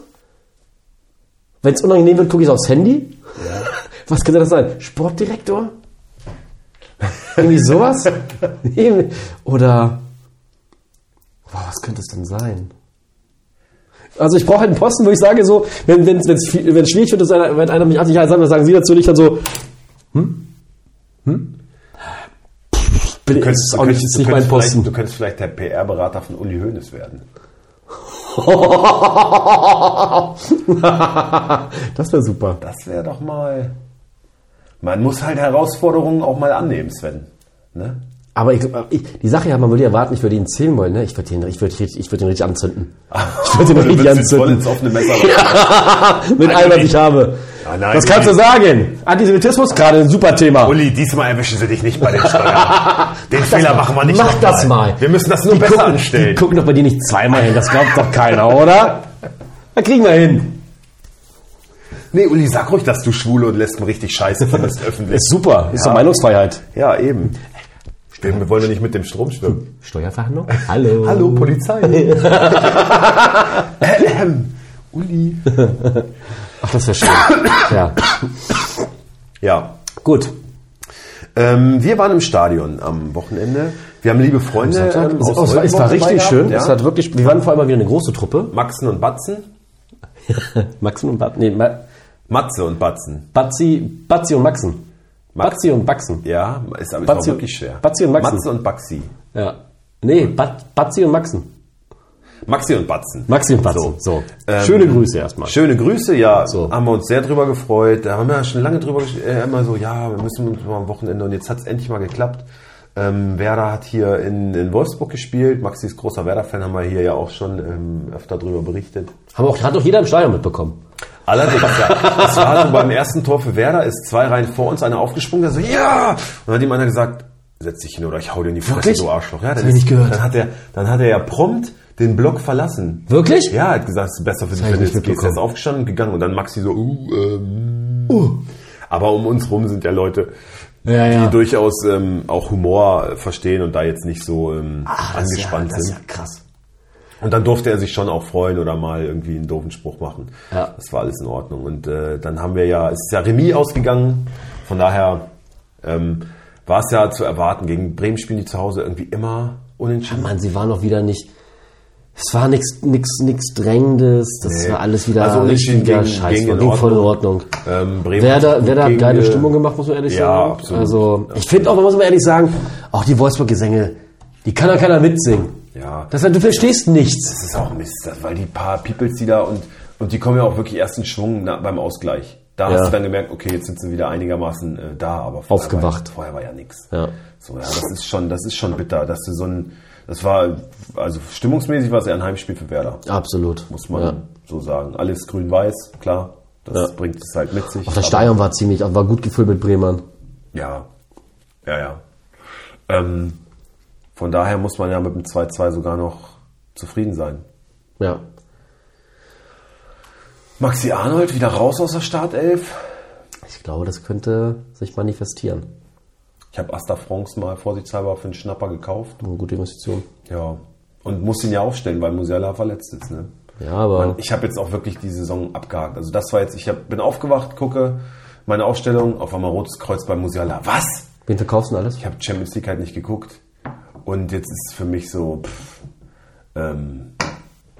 S3: Wenn es unangenehm wird, gucke ich aufs Handy. Was könnte das sein? Sportdirektor? Irgendwie sowas? Irgendwie- Oder. Boah, was könnte es denn sein? Also ich brauche halt einen Posten, wo ich sage so, wenn wenn es schwierig wird, dass einer, wenn einer mich 80 Jahre sagt, was sagen Sie dazu nicht dann so, hm? Hm? Bin,
S4: Du könntest,
S3: ist
S4: du,
S3: auch nicht,
S4: könntest,
S3: ist
S4: du,
S3: nicht mein
S4: könntest
S3: Posten.
S4: vielleicht, du könntest vielleicht der PR-Berater von Uli Hoeneß werden.
S3: das wäre super.
S4: Das wäre doch mal. Man muss halt Herausforderungen auch mal annehmen, Sven. Ne?
S3: Aber ich, ich, die Sache ja, man würde ja erwarten, ich würde ihn zählen wollen, ne? Ich würde den, ich würde, richtig- ich würde den richtig anzünden. Ich würde den
S4: Du
S3: richtig
S4: willst jetzt voll
S3: anzünden.
S4: ins offene Messer.
S3: Mit allem, was ich habe.
S4: Ja, nein,
S3: was kannst du
S4: Uli.
S3: sagen? Antisemitismus gerade ein super Thema.
S4: Uli, diesmal erwischen sie dich nicht bei dem Steuer. Den
S3: das
S4: Fehler
S3: mal.
S4: machen wir nicht.
S3: Mach
S4: noch
S3: das mal.
S4: Wir müssen das nur
S3: Die
S4: besser
S3: gucken, Die
S4: anstellen.
S3: gucken doch bei dir nicht zweimal hin, das glaubt doch keiner, oder? Da kriegen wir hin.
S4: Nee, Uli, sag ruhig, dass du Schwule und Lesben richtig scheiße findest öffentlich.
S3: Ist super, ist
S4: Ja.
S3: doch Meinungsfreiheit.
S4: Ja, eben. Stimmen, wir wollen ja nicht mit dem Strom schwimmen.
S3: Steuerverhandlung? Hallo.
S4: Hallo, Polizei. Ahem. Uli.
S3: Ach, das wäre schön. ja.
S4: Ja,
S3: Gut.
S4: Ähm, wir waren im Stadion am Wochenende. Wir haben liebe Freunde. ähm,
S3: es,
S4: aus
S3: es, war,
S4: Oldenburg
S3: es war
S4: dabei
S3: richtig
S4: gehabt,
S3: schön.
S4: Ja.
S3: Es hat wirklich, wir waren vor allem mal wieder eine große Truppe.
S4: Maxen und Batzen.
S3: Maxen und Bat, nee, Ma-
S4: Matze und Batzen.
S3: Batzi, Batzi und Maxen.
S4: Max-
S3: Batzi und Baxen.
S4: Ja, ist aber ist auch
S3: Batzi-
S4: wirklich schwer.
S3: Batzi und Maxen.
S4: Matze und Baxi.
S3: Ja. Nee, Bat, Batzi und Maxen.
S4: Maxi und Batzen.
S3: Maxi und Batzen. So. Ähm, Schöne Grüße erstmal.
S4: Schöne Grüße, ja.
S3: So.
S4: Haben wir uns sehr drüber gefreut. Da haben wir ja schon lange drüber gesch- äh, immer so, ja, wir müssen uns mal am Wochenende und jetzt hat es endlich mal geklappt. Ähm, Werder hat hier in, in Wolfsburg gespielt. Maxi ist großer Werder-Fan, haben wir hier ja auch schon ähm, öfter drüber berichtet.
S3: Haben auch, hat doch jeder im Stadion mitbekommen.
S4: Allerdings, ja. Es war so beim ersten Tor für Werder, ist zwei Reihen vor uns einer aufgesprungen, der so, ja! Und dann hat ihm einer gesagt, setz dich hin oder ich hau dir in die Fresse,
S3: Wirklich?
S4: du Arschloch. Ja,
S3: hab ich nicht gehört.
S4: Dann hat, er, dann hat er ja prompt den Block verlassen.
S3: Wirklich?
S4: Ja, hat gesagt, es ist besser für dich,
S3: hab ich
S4: wenn du
S3: nicht
S4: jetzt gehst. Er ist
S3: mitbekommen.
S4: aufgestanden und gegangen und dann Maxi so, uh, ähm, uh. Aber um uns rum sind ja Leute,
S3: Ja,
S4: die
S3: ja.
S4: durchaus ähm, auch Humor äh, verstehen und da jetzt nicht so ähm, angespannt
S3: Ah, das ist ja,
S4: sind.
S3: Das ist ja krass.
S4: Und dann durfte er sich schon auch freuen oder mal irgendwie einen doofen Spruch machen.
S3: Ja.
S4: Das war alles in Ordnung. Und äh, dann haben wir ja, es ist ja Remis ausgegangen. Von daher ähm, war es ja zu erwarten. Gegen Bremen spielen die zu Hause irgendwie immer unentschieden.
S3: Mann, sie waren auch wieder nicht. Es war nichts nix, nix Drängendes. Das
S4: Nee.
S3: war alles wieder
S4: Also unentschieden
S3: richtiger
S4: ging-
S3: Scheiß.
S4: ging
S3: Ging,
S4: in
S3: voll in
S4: Ordnung.
S3: Ordnung.
S4: Ähm, Bremen hat
S3: Werder,
S4: gut
S3: Werder hat
S4: gegen,
S3: geile
S4: äh,
S3: Stimmung gemacht, muss man ehrlich
S4: ja,
S3: sagen.
S4: absolut.
S3: Also, ich finde auch, man muss mal ehrlich sagen, auch die Wolfsburg-Gesänge, die kann ja keiner mitsingen.
S4: Ja.
S3: Das heißt, du verstehst nichts.
S4: Das ist auch Mist, das- weil die paar Peoples, die da und, und die kommen ja auch wirklich erst in Schwung na, beim Ausgleich. Da
S3: Ja.
S4: hast du dann gemerkt, okay, jetzt sind sie wieder einigermaßen äh, da, aber vorher
S3: Aufgewacht.
S4: War, vorher war ja nichts.
S3: Ja.
S4: So, ja, das ist schon, das ist schon bitter, dass du so ein, das war, also stimmungsmäßig war es ja ein Heimspiel für Werder,
S3: Absolut.
S4: muss man
S3: Ja.
S4: so sagen. Alles grün-weiß, klar, das
S3: Ja.
S4: bringt es halt mit sich.
S3: Auch das
S4: aber-
S3: Stadion war ziemlich, war gut gefüllt mit Bremern.
S4: Ja, ja, ja. Ähm, von daher muss man ja mit dem 2-2 sogar noch zufrieden sein.
S3: Ja.
S4: Maxi Arnold wieder raus aus der Startelf.
S3: Ich glaube, das könnte sich manifestieren.
S4: Ich habe Asta Franks mal vorsichtshalber für einen Schnapper gekauft.
S3: Eine gute Investition.
S4: Ja. Und muss ihn ja aufstellen, weil Musiala verletzt ist. Ne?
S3: Ja, aber
S4: Mann, ich habe jetzt auch wirklich die Saison abgehakt. Also das war jetzt, ich hab, bin aufgewacht, gucke meine Aufstellung, auf einmal rotes Kreuz bei Musiala. Was?
S3: wen verkaufst du denn alles?
S4: Ich habe Champions League halt nicht geguckt. Und jetzt ist für mich so, pff, ähm,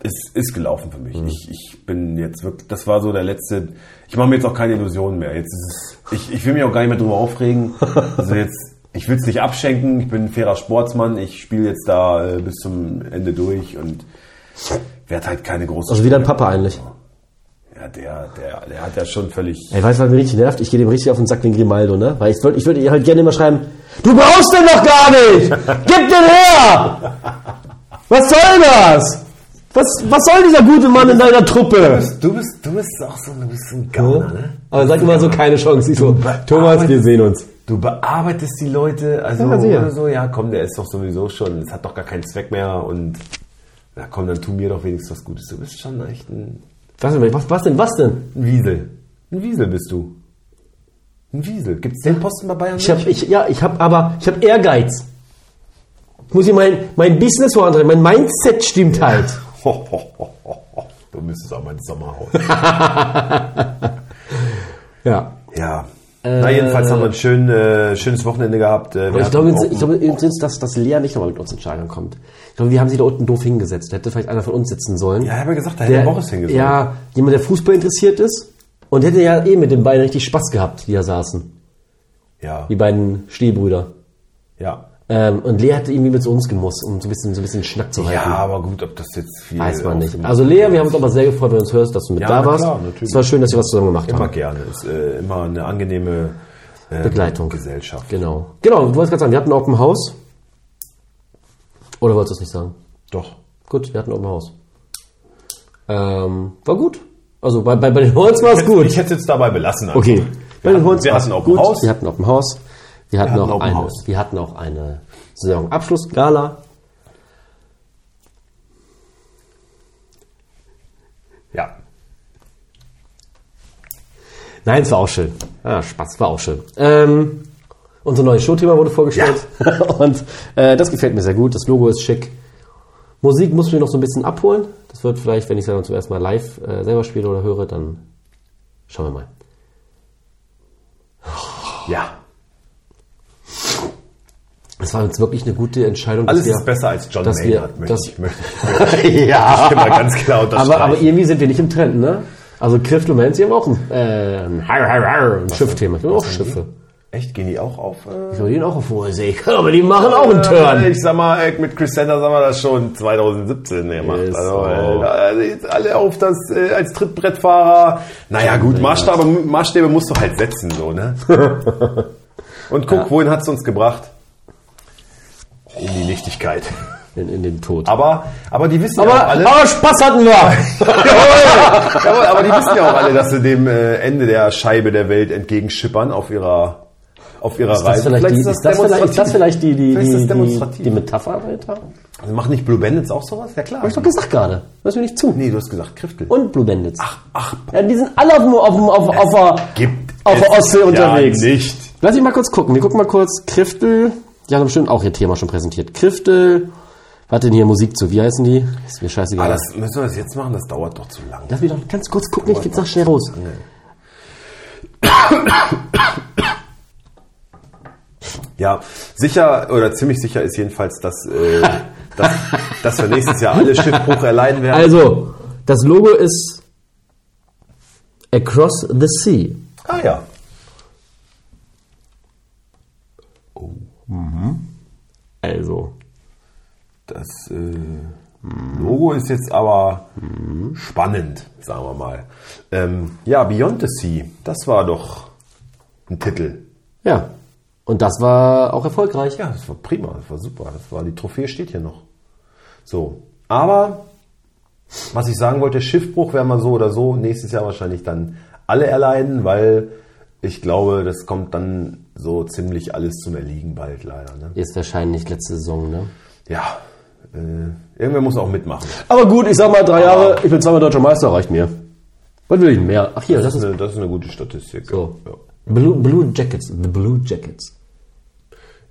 S4: es ist gelaufen für
S3: Mhm.
S4: mich. Ich, ich bin jetzt wirklich, das war so der letzte, ich mache mir jetzt auch keine Illusionen mehr. Jetzt ist es, ich, ich will mich auch gar nicht mehr drüber aufregen. Also jetzt, ich will es nicht abschenken, ich bin ein fairer Sportsmann, ich spiele jetzt da äh, bis zum Ende durch und werde halt keine große...
S3: Also wie dein Papa eigentlich.
S4: ja, der, der, der hat ja schon völlig...
S3: Ey, weißt du, was mich richtig nervt? Ich gehe dem richtig auf den Sack, den Grimaldo, ne? Weil ich würde ich würd ihr halt gerne immer schreiben, du brauchst den doch gar nicht! Gib den her! Was soll das? Was, was soll dieser gute Mann in deiner Truppe?
S4: Du bist, du bist auch so, du bist so ein Gauner, ne?
S3: Aber sag immer so, keine Chance. Ich so, Thomas, wir sehen uns.
S4: Du bearbeitest die Leute, also
S3: Ja, sicher.
S4: oder so, ja komm, der ist doch sowieso schon, es hat doch gar keinen Zweck mehr und na komm, dann tu mir doch wenigstens was Gutes. Du bist schon echt ein,
S3: Was denn, was, was denn, was denn?
S4: ein Wiesel. Ein Wiesel bist du. Ein Wiesel. Gibt's den Posten bei Bayern
S3: Ich hab,
S4: nicht?
S3: ich, ja, ich hab aber, ich hab Ehrgeiz. Ich muss hier mein, mein Business vorantreiben, mein Mindset stimmt halt.
S4: Ho, ho, ho, ho, ho. Du müsstest auch mal ins Sommerhaus.
S3: Ja.
S4: ja. Na, jedenfalls haben wir ein schön, äh, schönes Wochenende gehabt. Äh, wir
S3: Ich
S4: hatten
S3: glaube, jetzt,
S4: auch-
S3: ich glaube übrigens, dass, dass Lea nicht nochmal mit uns in Stadion kommt. Ich glaube, wir haben sie da unten doof hingesetzt. Da hätte vielleicht einer von uns sitzen sollen.
S4: Ja, ich hab ja gesagt, da hätte Boris hingesetzt.
S3: Ja, jemand, der Fußball interessiert ist und hätte ja eh mit den beiden richtig Spaß gehabt, die da saßen.
S4: ja.
S3: Die beiden Stielbrüder.
S4: ja.
S3: Ähm, und Lea hatte irgendwie mit zu uns gemusst, um so ein bisschen, so ein bisschen Schnack zu halten.
S4: Ja, aber gut, ob das jetzt viel.
S3: Weiß man nicht.
S4: aufgemacht
S3: Also Lea, wir haben uns aber sehr gefreut, wenn du uns hörst, dass du mit
S4: Ja,
S3: da
S4: na
S3: warst.
S4: klar, natürlich.
S3: Es war schön, dass wir was zusammen gemacht
S4: Immer
S3: haben.
S4: gerne. Ist äh, immer eine angenehme äh,
S3: Begleitung.
S4: Gesellschaft.
S3: Genau. Genau, du wolltest gerade sagen, wir hatten ein Open House. Oder wolltest du es nicht sagen?
S4: Doch.
S3: Gut, wir hatten Open House. Ähm, war gut. Also bei, bei, bei den Horns war es
S4: Ich
S3: gut.
S4: hätte es jetzt dabei belassen. also.
S3: Okay. Bei
S4: Wir
S3: den
S4: hatten,
S3: Horns
S4: wir
S3: war's
S4: hatten auch
S3: gut.
S4: ein Haus.
S3: Wir hatten Open House. Wir hatten,
S4: hatten
S3: auch
S4: Open
S3: eine,
S4: House.
S3: wir hatten auch eine Saisonabschlussgala.
S4: Ja.
S3: Nein, es war auch schön. Ja, Ah, Spaß, war auch schön. Ähm, unser neues Showthema wurde vorgestellt. Und äh, das gefällt mir sehr gut. Das Logo ist schick. Musik muss mir noch so ein bisschen abholen. Das wird vielleicht, wenn ich es dann zum ersten Mal live äh, selber spiele oder höre, dann schauen wir mal.
S4: Ja.
S3: Es war jetzt wirklich eine gute Entscheidung.
S4: Alles
S3: dass
S4: ist besser als John
S3: dass wir-
S4: Maynard, möchte
S3: dass-
S4: ich. Möchte ich.
S3: wir, Ja,
S4: mal ganz genau klar unterstreichen.
S3: aber, aber irgendwie sind wir nicht im Trend, ne? Also Krift und Manzi haben auch ein, äh, ein, Har- Har- Har- ein Schiffthema. Ich habe auch Schiffe.
S4: Echt? Gehen die auch auf? Äh,
S3: Ich habe denen auch auf hohe See. Aber die machen auch einen Turn.
S4: Äh, Ich sag mal, ey, mit Chris Sanders haben wir das schon 2017 gemacht.
S3: Ist
S4: Also,
S3: so.
S4: äh, da, also jetzt alle auf das äh, als Trittbrettfahrer. Naja, gut, Maßstäbe, Maßstäbe musst du halt setzen, so, ne? Und guck, wohin hat's uns gebracht? In die Nichtigkeit.
S3: In, in den Tod.
S4: Aber, aber die wissen ja
S3: Aber,
S4: auch alle.
S3: aber Spaß hatten wir.
S4: Jawohl, jawohl, aber die wissen ja auch alle, dass sie dem äh, Ende der Scheibe der Welt entgegenschippern auf ihrer, auf ihrer
S3: Das
S4: Reise.
S3: ist vielleicht die- Ist das vielleicht- ist das vielleicht die, die,
S4: Vielleicht ist das
S3: die, die,
S4: demonstrativ.
S3: die Metapher dahinter? Hab
S4: Also Macht nicht Blue Bandits auch sowas? Ja klar.
S3: ich doch gesagt gerade. Hörst du mir nicht zu.
S4: nee, du hast gesagt Kriftel.
S3: Und Blue Bandits.
S4: ach,
S3: Ja, die sind alle auf, dem- auf, dem- auf, auf, der-
S4: gibt
S3: auf der
S4: es
S3: Ostsee
S4: ja
S3: unterwegs.
S4: nicht.
S3: Lass mich mal kurz gucken. Wir gucken mal kurz. Kriftel. Die haben bestimmt auch ihr Thema schon präsentiert. Kriftel. Was hat denn hier Musik zu? Wie heißen die? Ist mir scheißegal.
S4: Ah, das müssen wir das jetzt machen, das dauert doch zu lang.
S3: Lass mich doch ganz kurz gucken. Ich find's noch schnell raus.
S4: Ja, sicher oder ziemlich sicher ist jedenfalls, dass, äh, dass, dass wir nächstes Jahr alle Schiffbruch erleiden werden.
S3: Also, das Logo ist Across the Sea.
S4: ah ja.
S3: Also.
S4: Das äh, Logo ist jetzt aber spannend, sagen wir mal. Ähm, ja, Beyond the Sea, das war doch ein Titel.
S3: Ja. Und das war auch erfolgreich.
S4: Ja, das war prima, das war super. Das war, die Trophäe steht hier noch. So, aber was ich sagen wollte, Schiffbruch werden wir so oder so nächstes Jahr wahrscheinlich dann alle erleiden, weil ich glaube, das kommt dann so ziemlich alles zum Erliegen bald leider. Ne?
S3: Jetzt wahrscheinlich letzte Saison, ne?
S4: Ja, äh, irgendwer muss auch mitmachen.
S3: Aber gut, ich sag mal, drei Jahre, ich bin zweimal deutscher Meister, reicht mir. Was will ich denn mehr? Ach hier, das
S4: Das ist
S3: ist.
S4: eine, das ist eine gute Statistik.
S3: So.
S4: Ja.
S3: Blue, Blue Jackets. The Blue Jackets.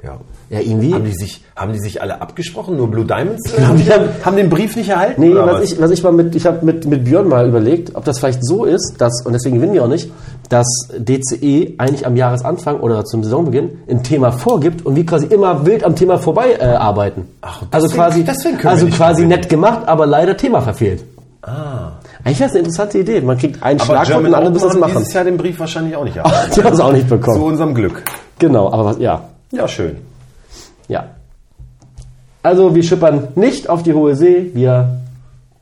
S4: ja.
S3: Ja, irgendwie.
S4: Haben die, sich, haben die sich alle abgesprochen? Nur Blue Diamonds? äh,
S3: glaub, die haben-
S4: haben den Brief nicht erhalten?
S3: Nee,
S4: oder
S3: was ich, was ich mal mit, ich habe mit, mit Björn mal überlegt, ob das vielleicht so ist, dass, und deswegen gewinnen wir auch nicht, dass DCE eigentlich am Jahresanfang oder zum Saisonbeginn ein Thema vorgibt und wir quasi immer wild am Thema vorbei äh, arbeiten.
S4: Ach,
S3: also
S4: deswegen-
S3: quasi,
S4: deswegen können wir
S3: also
S4: nicht
S3: quasi
S4: gewinnen.
S3: nett gemacht, aber leider Thema verfehlt.
S4: Ah.
S3: Eigentlich wäre es eine interessante Idee. Man kriegt einen
S4: Aber
S3: Schlagwort und
S4: German
S3: einen
S4: Open
S3: anderen müssen es
S4: haben
S3: machen.
S4: dieses Jahr den Brief wahrscheinlich auch nicht erhalten.
S3: Die haben es auch nicht bekommen.
S4: Zu unserem Glück.
S3: Genau, aber was, ja,
S4: Ja, schön.
S3: ja. Also wir schippern nicht auf die hohe See, wir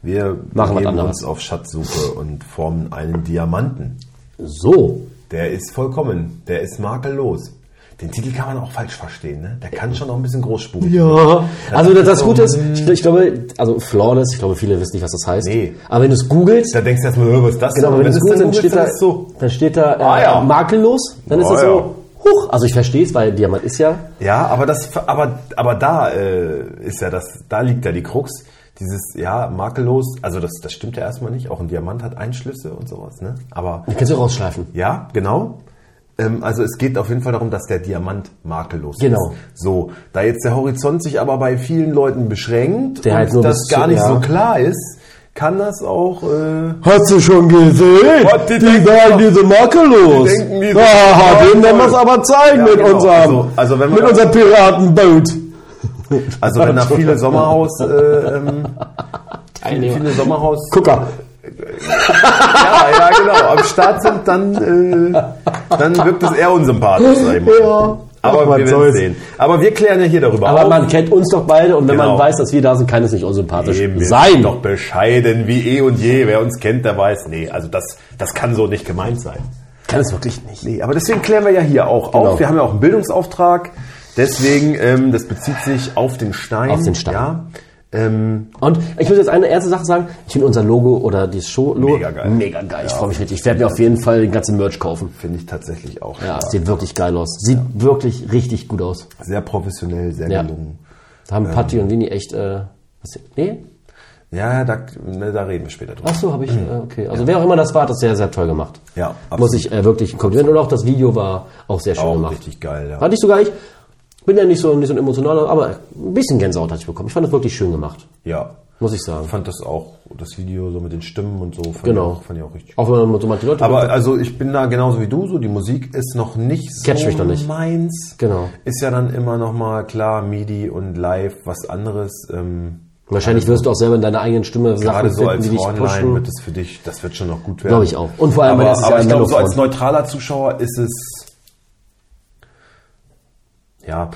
S4: Wir
S3: was
S4: begeben
S3: anderes.
S4: uns auf Schatzsuche und formen einen Diamanten.
S3: so.
S4: Der ist vollkommen. Der ist makellos. Den Titel kann man auch falsch verstehen, ne? Der kann schon auch ein bisschen großspurig.
S3: Ja. Also das, das Gute ist, ich, ich glaube, also flawless, ich glaube, viele wissen nicht, was das heißt.
S4: Nee.
S3: Aber wenn du es googelst,
S4: Da denkst du erstmal, äh, was ist das?
S3: genau,
S4: Und
S3: wenn du es
S4: du's
S3: googelst, dann
S4: googelst,
S3: steht da,
S4: ist so.
S3: dann steht da äh,
S4: Ah, ja.
S3: makellos, dann ist
S4: Ah,
S3: das
S4: ja.
S3: so, huch, also ich verstehe es, weil Diamant ist ja,
S4: Ja, aber das, aber, aber da äh, ist ja das, da liegt ja die Krux. Dieses, ja, makellos, also das, das stimmt ja erstmal nicht. Auch ein Diamant hat Einschlüsse und sowas, ne? Aber
S3: dann kannst du rausschleifen.
S4: ja, genau. Ähm, also es geht auf jeden Fall darum, dass der Diamant makellos
S3: Genau.
S4: ist. So, da jetzt der Horizont sich aber bei vielen Leuten beschränkt
S3: Der
S4: und
S3: halt nur
S4: das
S3: bis zu-
S4: gar nicht
S3: ja.
S4: so klar ist, kann das auch äh,
S2: Hast du schon gesehen?
S4: Was, die
S2: die
S4: denken
S2: sagen,
S4: doch-
S2: die sind makellos.
S4: die denken, die sind
S2: Aha,
S4: makellos.
S2: dem werden wir es aber zeigen
S4: Ja,
S2: mit
S4: genau.
S2: unserem,
S4: Also- also wenn wir
S2: mit
S4: da-
S2: unserem Piratenboot.
S4: Also wenn da viele Sommerhaus, äh, ähm,
S3: Teilnehmer.
S4: viele Sommerhaus,
S3: Gucker.
S4: ja, ja genau, am Start sind, dann, äh, dann wirkt es eher unsympathisch. sag ich mal.
S2: Ja. Ach,
S4: Aber
S2: was
S4: wir werden
S2: soll's.
S4: sehen. Aber wir klären ja hier darüber
S3: Aber
S4: auf.
S3: man kennt uns doch beide und wenn man
S4: Genau.
S3: weiß, dass wir da sind, kann es nicht unsympathisch
S4: Eben, wir sind
S3: sein.
S4: doch bescheiden wie eh und je. Wer uns kennt, der weiß, nee, also das, das kann so nicht gemeint sein.
S3: Kann es wirklich nicht.
S4: Nee, aber deswegen klären wir ja hier auch
S3: Genau.
S4: auf. Wir haben ja auch einen Bildungsauftrag. Deswegen, ähm, das bezieht sich auf den Stein.
S3: Auf den Stein.
S4: Ja. Ähm,
S3: Und ich muss jetzt eine erste Sache sagen, ich finde unser Logo oder das Show-Logo
S4: Mega geil.
S3: Mega geil. Ich freue mich richtig. Ich werde mir auf jeden Fall den ganzen Merch kaufen.
S4: Finde ich tatsächlich auch
S3: Ja,
S4: stark.
S3: sieht wirklich geil aus. Sieht wirklich richtig gut aus.
S4: sehr professionell, sehr
S3: Ja.
S4: gelungen.
S3: Da
S4: Ähm.
S3: haben Patti und Winnie echt. Äh, was, nee?
S4: Ja, da, ne, da reden wir später drüber.
S3: Ach so, habe ich. Äh, okay. Also wer auch immer das war, hat das sehr, sehr toll gemacht.
S4: Mhm. Ja, absolut.
S3: Muss ich äh, wirklich ein Kompliment. Und auch das Video war auch sehr schön
S4: Auch
S3: gemacht.
S4: richtig geil, ja.
S3: Hatte ich sogar ich. Bin ja nicht so, nicht so ein emotionaler, aber ein bisschen Gänsehaut hatte ich bekommen. Ich fand das wirklich schön gemacht,
S4: Ja.
S3: muss ich sagen.
S4: Ich fand das auch, das Video so mit den Stimmen und so, fand
S3: Genau.
S4: ich auch, fand ich auch richtig
S3: Auch wenn man so manche Leute.
S4: Aber also ich bin da genauso wie du, so die Musik ist noch nicht so
S3: Catch mich noch nicht.
S4: meins.
S3: Genau.
S4: Ist ja dann immer noch mal klar, MIDI und live was anderes. Ähm,
S3: wahrscheinlich wirst du auch selber in deiner eigenen Stimme
S4: gerade
S3: Sachen
S4: so
S3: finden,
S4: als
S3: die dich
S4: Online
S3: pushen.
S4: wird es für dich, das wird schon noch gut werden.
S3: Glaube ich auch. Und vor allem,
S4: aber,
S3: weil das ist
S4: aber
S3: ja
S4: ich
S3: ein
S4: glaube, so als
S3: Mellophon.
S4: neutraler Zuschauer ist es ja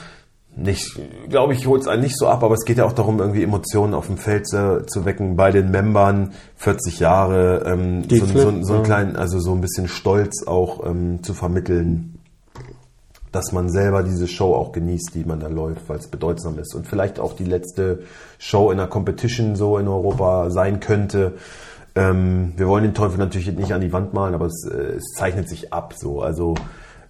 S4: nicht, glaube ich, holt es einen nicht so ab, aber es geht ja auch darum, irgendwie Emotionen auf dem Feld zu, zu wecken bei den Membern, 40 Jahre, ähm, so,
S3: Flip,
S4: so, so einen
S3: ja.
S4: kleinen, also so ein bisschen Stolz auch ähm, zu vermitteln, dass man selber diese Show auch genießt, die man da läuft, weil es bedeutsam ist und vielleicht auch die letzte Show in der Competition so in Europa sein könnte. Ähm, wir wollen den Teufel natürlich nicht an die Wand malen, aber es, äh, es zeichnet sich ab so. Also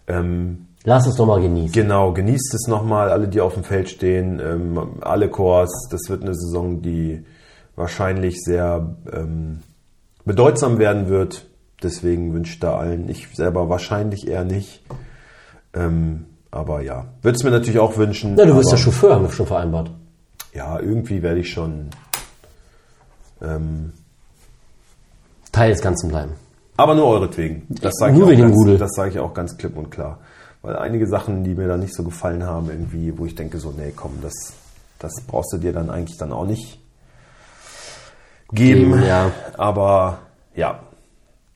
S4: ähm,
S3: Lass es nochmal genießen.
S4: Genau, genießt es nochmal, alle, die auf dem Feld stehen, ähm, alle Chors. Das wird eine Saison, die wahrscheinlich sehr ähm, bedeutsam werden wird. Deswegen wünsche ich da allen, ich selber wahrscheinlich eher nicht. Ähm, aber ja, würde es mir natürlich auch wünschen.
S3: Na, du wirst ja
S4: aber,
S3: Chauffeur, haben wir schon vereinbart.
S4: Ja, irgendwie werde ich schon. Ähm,
S3: Teil des Ganzen bleiben.
S4: aber nur euretwegen. Das sage ich,
S3: Nur
S4: auch
S3: wegen dem
S4: ganz-
S3: Rudel.
S4: das sag ich auch ganz klipp und klar. Weil einige Sachen, die mir da nicht so gefallen haben, irgendwie, wo ich denke, so, nee, komm, das, das brauchst du dir dann eigentlich dann auch nicht geben.
S3: Geben, ja.
S4: Aber ja,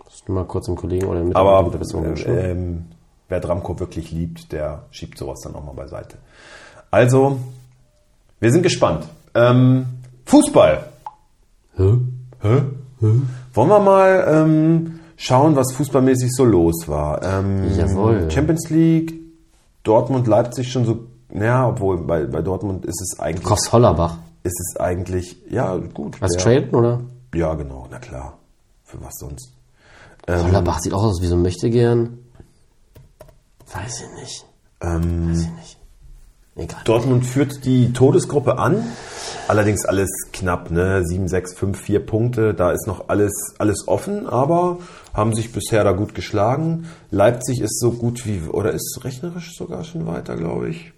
S3: Musst du mal kurz dem Kollegen oder mit
S4: aber
S3: der Besserung wünschen.
S4: äh, ähm, wer Dramko wirklich liebt, der schiebt sowas dann auch mal beiseite. Also, wir sind gespannt. Ähm, Ähm, Fußball.
S3: Hä?
S4: Hä? Wollen wir mal ähm, schauen, was fußballmäßig so los war? Ähm,
S3: Jawohl.
S4: Champions League, Dortmund, Leipzig schon so. Ja, obwohl bei, bei Dortmund ist es eigentlich.
S3: Koss Hollerbach.
S4: Ist es eigentlich. Ja, gut.
S3: Was
S4: ja.
S3: Trailton, oder?
S4: Ja, genau, na klar. Für was sonst? Ähm.
S3: Hollerbach sieht auch aus wie so ein Möchtegern. Weiß ich nicht.
S4: Ähm,
S3: Weiß ich nicht. Egal.
S4: Dortmund führt die Todesgruppe an. Allerdings alles knapp, ne? 7, 6, 5, 4 Punkte. Da ist noch alles, alles offen, aber haben sich bisher da gut geschlagen. Leipzig ist so gut wie, oder ist rechnerisch sogar schon weiter, glaube ich.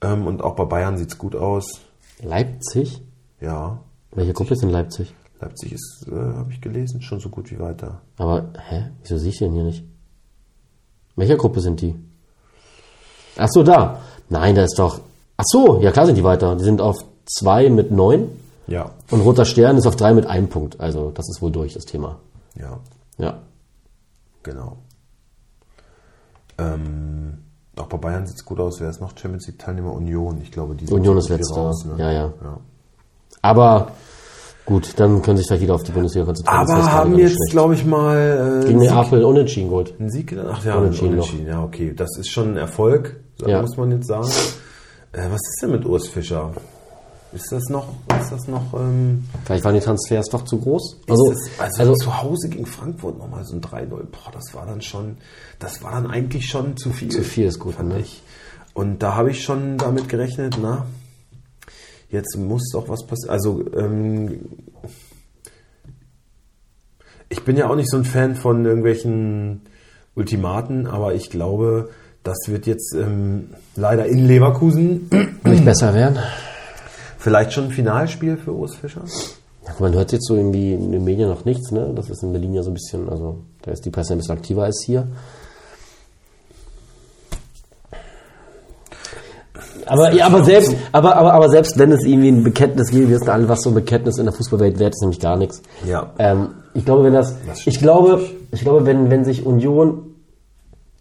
S4: Ähm, und auch bei Bayern sieht's gut aus.
S3: Leipzig?
S4: Ja,
S3: Welche Gruppe ist denn Leipzig?
S4: Leipzig ist, äh, habe ich gelesen, schon so gut wie weiter.
S3: Aber, hä? Wieso sehe ich den hier nicht? In welcher Gruppe sind die? Ach so, da. Nein, da ist doch. Ach so, ja klar sind die weiter. Die sind auf 2 mit 9
S4: Ja,
S3: und Roter Stern ist auf 3 mit 1 Punkt. Also, das ist wohl durch, das Thema.
S4: ja,
S3: Ja.
S4: genau. Ähm, auch bei Bayern sieht's gut aus. Wer ist noch Champions League Teilnehmer? Union. Ich glaube, die sind
S3: Union
S4: so
S3: ist
S4: gut wie
S3: letzter.
S4: ne?
S3: Ja, ja.
S4: ja.
S3: Aber gut, dann können sich vielleicht wieder auf die Bundesliga konzentrieren. Das
S4: Aber
S3: ist gar
S4: haben
S3: nicht
S4: jetzt,
S3: schlecht.
S4: glaube ich, mal äh,
S3: gegen
S4: einen Sieg-
S3: Neapel unentschieden geholt.
S4: einen Sieg gelandet. Ach ja,
S3: Unentschieden
S4: unentschieden. unentschieden. Ja, okay. Das ist schon ein Erfolg, so
S3: Ja.
S4: muss man jetzt sagen. Äh, was ist denn mit Urs Fischer? Ist das noch, ist das noch, ähm,
S3: Vielleicht waren die Transfers doch zu groß.
S4: ist
S3: Also,
S4: das, also,
S3: also,
S4: zu Hause gegen Frankfurt nochmal so ein 3-0. Boah, das war dann schon, das war dann eigentlich schon zu viel. Zu
S3: viel ist gut,
S4: fand
S3: ne?
S4: ich. Und da habe ich schon damit gerechnet, na, jetzt muss doch was passieren. Also, ähm, ich bin ja auch nicht so ein Fan von irgendwelchen Ultimaten, aber ich glaube, das wird jetzt ähm, leider in Leverkusen
S3: nicht besser werden.
S4: vielleicht schon ein Finalspiel für Urs Fischer.
S3: Ja, man hört jetzt so irgendwie in den Medien noch nichts, ne? Das ist in Berlin ja so ein bisschen, also da ist die Presse ein bisschen aktiver als hier. Aber, ja, aber, selbst, aber, aber, aber selbst wenn es irgendwie ein Bekenntnis gibt, wir wissen alle, was so ein Bekenntnis in der Fußballwelt wert ist, nämlich gar nichts.
S4: Ja.
S3: Ähm, ich glaube, wenn das,
S4: Das stimmt
S3: ich glaube, ich glaube, wenn, wenn sich Union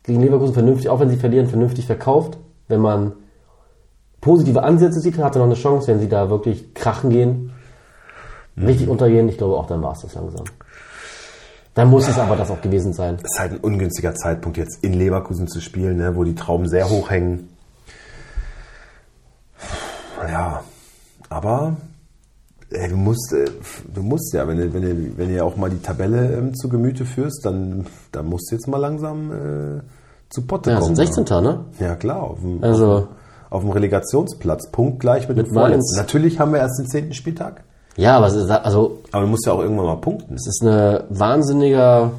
S3: gegen Leverkusen vernünftig, auch wenn sie verlieren, vernünftig verkauft, wenn man positive Ansätze sieht, hat er noch eine Chance, wenn sie da wirklich krachen gehen,
S4: Mhm.
S3: richtig untergehen, ich glaube auch, dann war es das langsam. Dann muss es aber das auch gewesen sein.
S4: ist halt ein ungünstiger Zeitpunkt, jetzt in Leverkusen zu spielen, ne, wo die Trauben sehr hoch hängen. Ja, aber ey, du, musst, äh, du musst ja, wenn du, wenn, du, wenn du ja auch mal die Tabelle ähm, zu Gemüte führst, dann, dann musst du jetzt mal langsam äh, zu Potte
S3: Ja, das
S4: kommen.
S3: sind 16. ne?
S4: Ja, ja klar. Auf dem,
S3: Also-
S4: auf dem Relegationsplatz, punktgleich mit,
S3: Mit
S4: dem Vorletzten.
S3: Mainz.
S4: Natürlich haben wir erst den 10. Spieltag,
S3: Ja, aber es ist, also,
S4: aber du musst ja auch irgendwann mal punkten.
S3: es ist eine wahnsinniger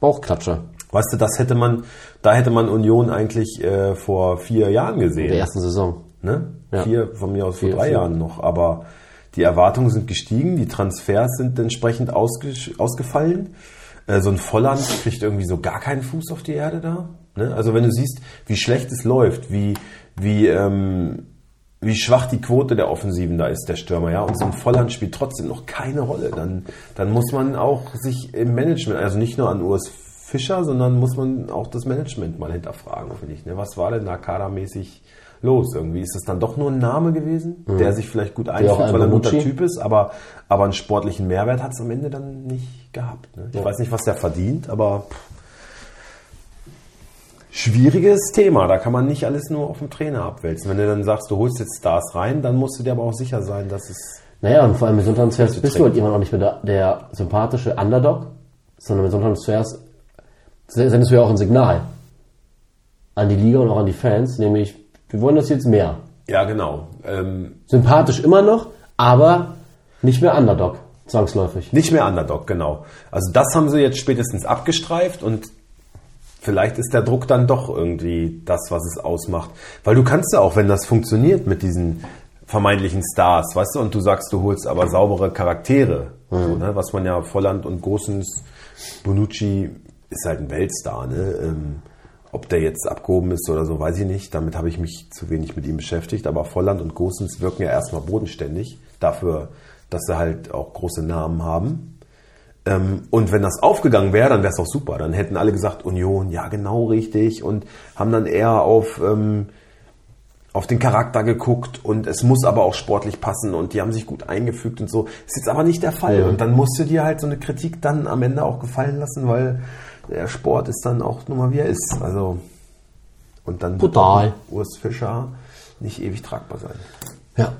S3: Bauchklatscher
S4: Weißt du, das hätte man, da hätte man Union eigentlich äh, vor vier Jahren
S3: in der
S4: gesehen.
S3: ersten Saison.
S4: Ne?
S3: Ja.
S4: Vier, von mir aus vor drei
S3: vier.
S4: Jahren noch. Aber die Erwartungen sind gestiegen, die Transfers sind entsprechend ausgesch- ausgefallen. Äh, so ein Volland kriegt irgendwie so gar keinen Fuß auf die Erde da. Ne? Also wenn du siehst, wie schlecht es läuft, wie, wie, ähm, wie schwach die Quote der Offensiven da ist, der Stürmer, ja, und so ein Volland spielt trotzdem noch keine Rolle, dann, dann muss man auch sich im Management, also nicht nur an Urs Fischer, sondern muss man auch das Management mal hinterfragen, finde ich. Ne? Was war denn da kadermäßig los? Irgendwie ist das dann doch nur ein Name gewesen, der sich vielleicht gut einfühlt, weil er ein guter
S3: Albonucci?
S4: Typ ist, aber, aber einen sportlichen Mehrwert hat es am Ende dann nicht gehabt. Ne? Ich weiß nicht, was der verdient, aber pff, schwieriges Thema. Da kann man nicht alles nur auf dem Trainer abwälzen. Wenn du dann sagst, du holst jetzt Stars rein, dann musst du dir aber auch sicher sein, dass es
S3: Naja, und vor allem mit so einem Transfers bist du halt immer noch nicht mehr der, der sympathische Underdog, sondern mit so einem Transfers sendest du ja auch ein Signal an die Liga und auch an die Fans, nämlich, wir wollen das jetzt mehr.
S4: ja genau ähm,
S3: Sympathisch immer noch, aber nicht mehr Underdog, zwangsläufig.
S4: nicht mehr Underdog genau. Also das haben sie jetzt spätestens abgestreift und vielleicht ist der Druck dann doch irgendwie das, was es ausmacht. Weil du kannst ja auch, wenn das funktioniert mit diesen vermeintlichen Stars, weißt du, und du sagst, du holst aber saubere Charaktere, so, ne? was man ja Volland und Gosens, Bonucci ist halt ein Weltstar, ne? Ähm, ob der jetzt abgehoben ist oder so, weiß ich nicht. Damit habe ich mich zu wenig mit ihm beschäftigt. Aber Volland und Gosens wirken ja erstmal bodenständig dafür, dass sie halt auch große Namen haben. Ähm, und wenn das aufgegangen wäre, dann wäre es auch super. Dann hätten alle gesagt, Union, ja genau richtig und haben dann eher auf, ähm, auf den Charakter geguckt und es muss aber auch sportlich passen und die haben sich gut eingefügt und so. Ist jetzt aber nicht der Fall.
S3: Ja.
S4: Und dann musst du dir halt so eine Kritik dann am Ende auch gefallen lassen, weil der Sport ist dann auch nur mal wie er ist. Also und dann wird
S3: Brutal.
S4: auch Urs Fischer nicht ewig tragbar sein.
S3: Ja.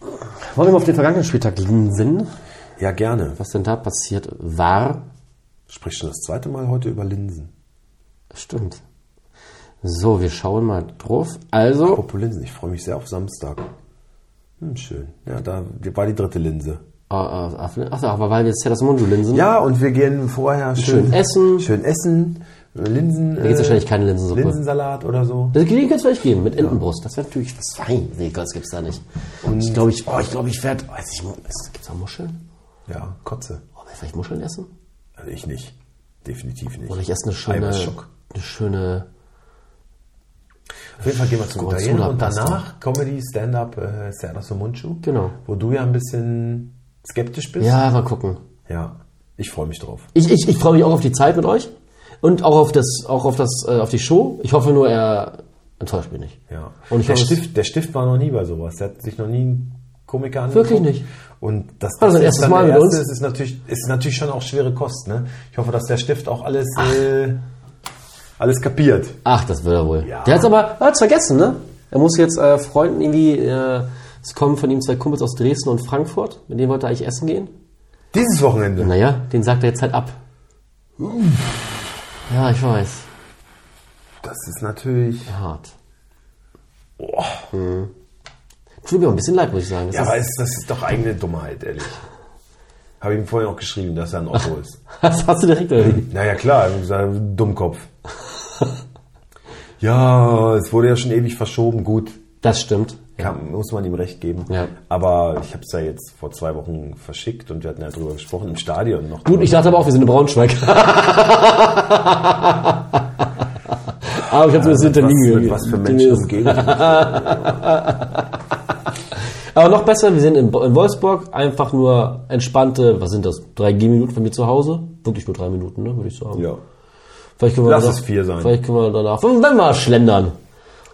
S3: Wollen wir mal auf den vergangenen Spieltag linsen,
S4: Ja, gerne.
S3: was denn da passiert war?
S4: Sprichst schon das zweite Mal heute über Linsen.
S3: Stimmt. So, wir schauen mal drauf. Also,
S4: Apropos Linsen, ich freue mich sehr auf Samstag. Hm, schön. Ja, da war die dritte Linse.
S3: äh, äh, ach, aber weil wir jetzt ja das Monju-Linsen.
S4: Ja, und wir gehen vorher schön,
S3: schön essen.
S4: Schön essen. Linsen. Da
S3: gibt's wahrscheinlich keine Linsensuppe.
S4: Linsensalat oder so.
S3: Das den könnte es vielleicht geben mit Entenbrust. Das wäre natürlich was fein. Nee, Gott, das gibt's da nicht. Und ich glaube, ich, oh, ich, glaub, ich werde. Weiß ich, Mu- ist- gibt's da Muscheln?
S4: Ja, Kotze.
S3: Oh, werd ich vielleicht Muscheln essen?
S4: Also ich nicht. Definitiv nicht.
S3: Oder ich esse eine schöne.
S4: Eiweißschock.
S3: Eine schöne.
S4: Auf jeden Fall gehen wir zum
S3: Gorgonzola
S4: Italiener und
S3: Pasta.
S4: danach Comedy, Stand-Up, äh, Serra Sumunchu.
S3: Genau.
S4: Wo du ja ein bisschen skeptisch bist.
S3: Ja, mal gucken.
S4: Ja. Ich freue mich drauf.
S3: Ich, ich, ich freue mich auch auf die Zeit mit euch. Und auch auf das, auch auf das, äh, auf die Show. Ich hoffe nur, er enttäuscht mich nicht.
S4: Ja.
S3: Und ich
S4: der,
S3: hoffe, es-
S4: Stift, der Stift war noch nie bei sowas. Der hat sich noch nie einen Komiker angeguckt.
S3: Wirklich nicht.
S4: Und das,
S3: War das sein
S4: jetzt
S3: erstes
S4: dann
S3: Mal
S4: der
S3: mit
S4: erste
S3: uns?
S4: ist, ist natürlich, ist natürlich schon auch schwere Kost. Ne? Ich hoffe, dass der Stift auch alles, äh, alles kapiert.
S3: Ach, das will er wohl.
S4: Ja.
S3: Der hat's aber, er hat's vergessen, ne? Er muss jetzt äh, Freunden irgendwie, äh, es kommen von ihm zwei Kumpels aus Dresden und Frankfurt, mit denen wollte er eigentlich essen gehen.
S4: Dieses Wochenende.
S3: Naja, den sagt er jetzt halt ab. Ja, ich weiß.
S4: Das ist natürlich.
S3: Hart.
S4: Boah.
S3: Tut mir auch ein bisschen leid, muss ich sagen. Das
S4: Ja,
S3: ist-
S4: aber ist, das ist doch eigene Dummheit, ehrlich. Habe ihm vorher noch geschrieben, dass er ein Otto ist.
S3: das hast du direkt irgendwie.
S4: Naja, klar, ich hab gesagt, Dummkopf. Ja, es wurde ja schon ewig verschoben, gut.
S3: Das stimmt.
S4: Kann, muss man ihm recht geben.
S3: Ja.
S4: Aber ich habe es ja jetzt vor zwei Wochen verschickt und wir hatten ja drüber gesprochen im Stadion noch.
S3: Gut, ich dachte aber auch, wir sind in Braunschweig. aber ich habe zumindest einen
S4: mit was, mit
S3: Termin gegeben.
S4: was für Menschen umgehen.
S3: Aber noch besser, wir sind in, Bo- in Wolfsburg. Einfach nur entspannte, was sind das? Drei Gehminuten von mir zu Hause? Wirklich nur drei Minuten, ne, würde ich sagen.
S4: ja.
S3: Vielleicht können wir
S4: Lass
S3: danach,
S4: es vier sein.
S3: Vielleicht können wir danach, wenn wir mal schlendern.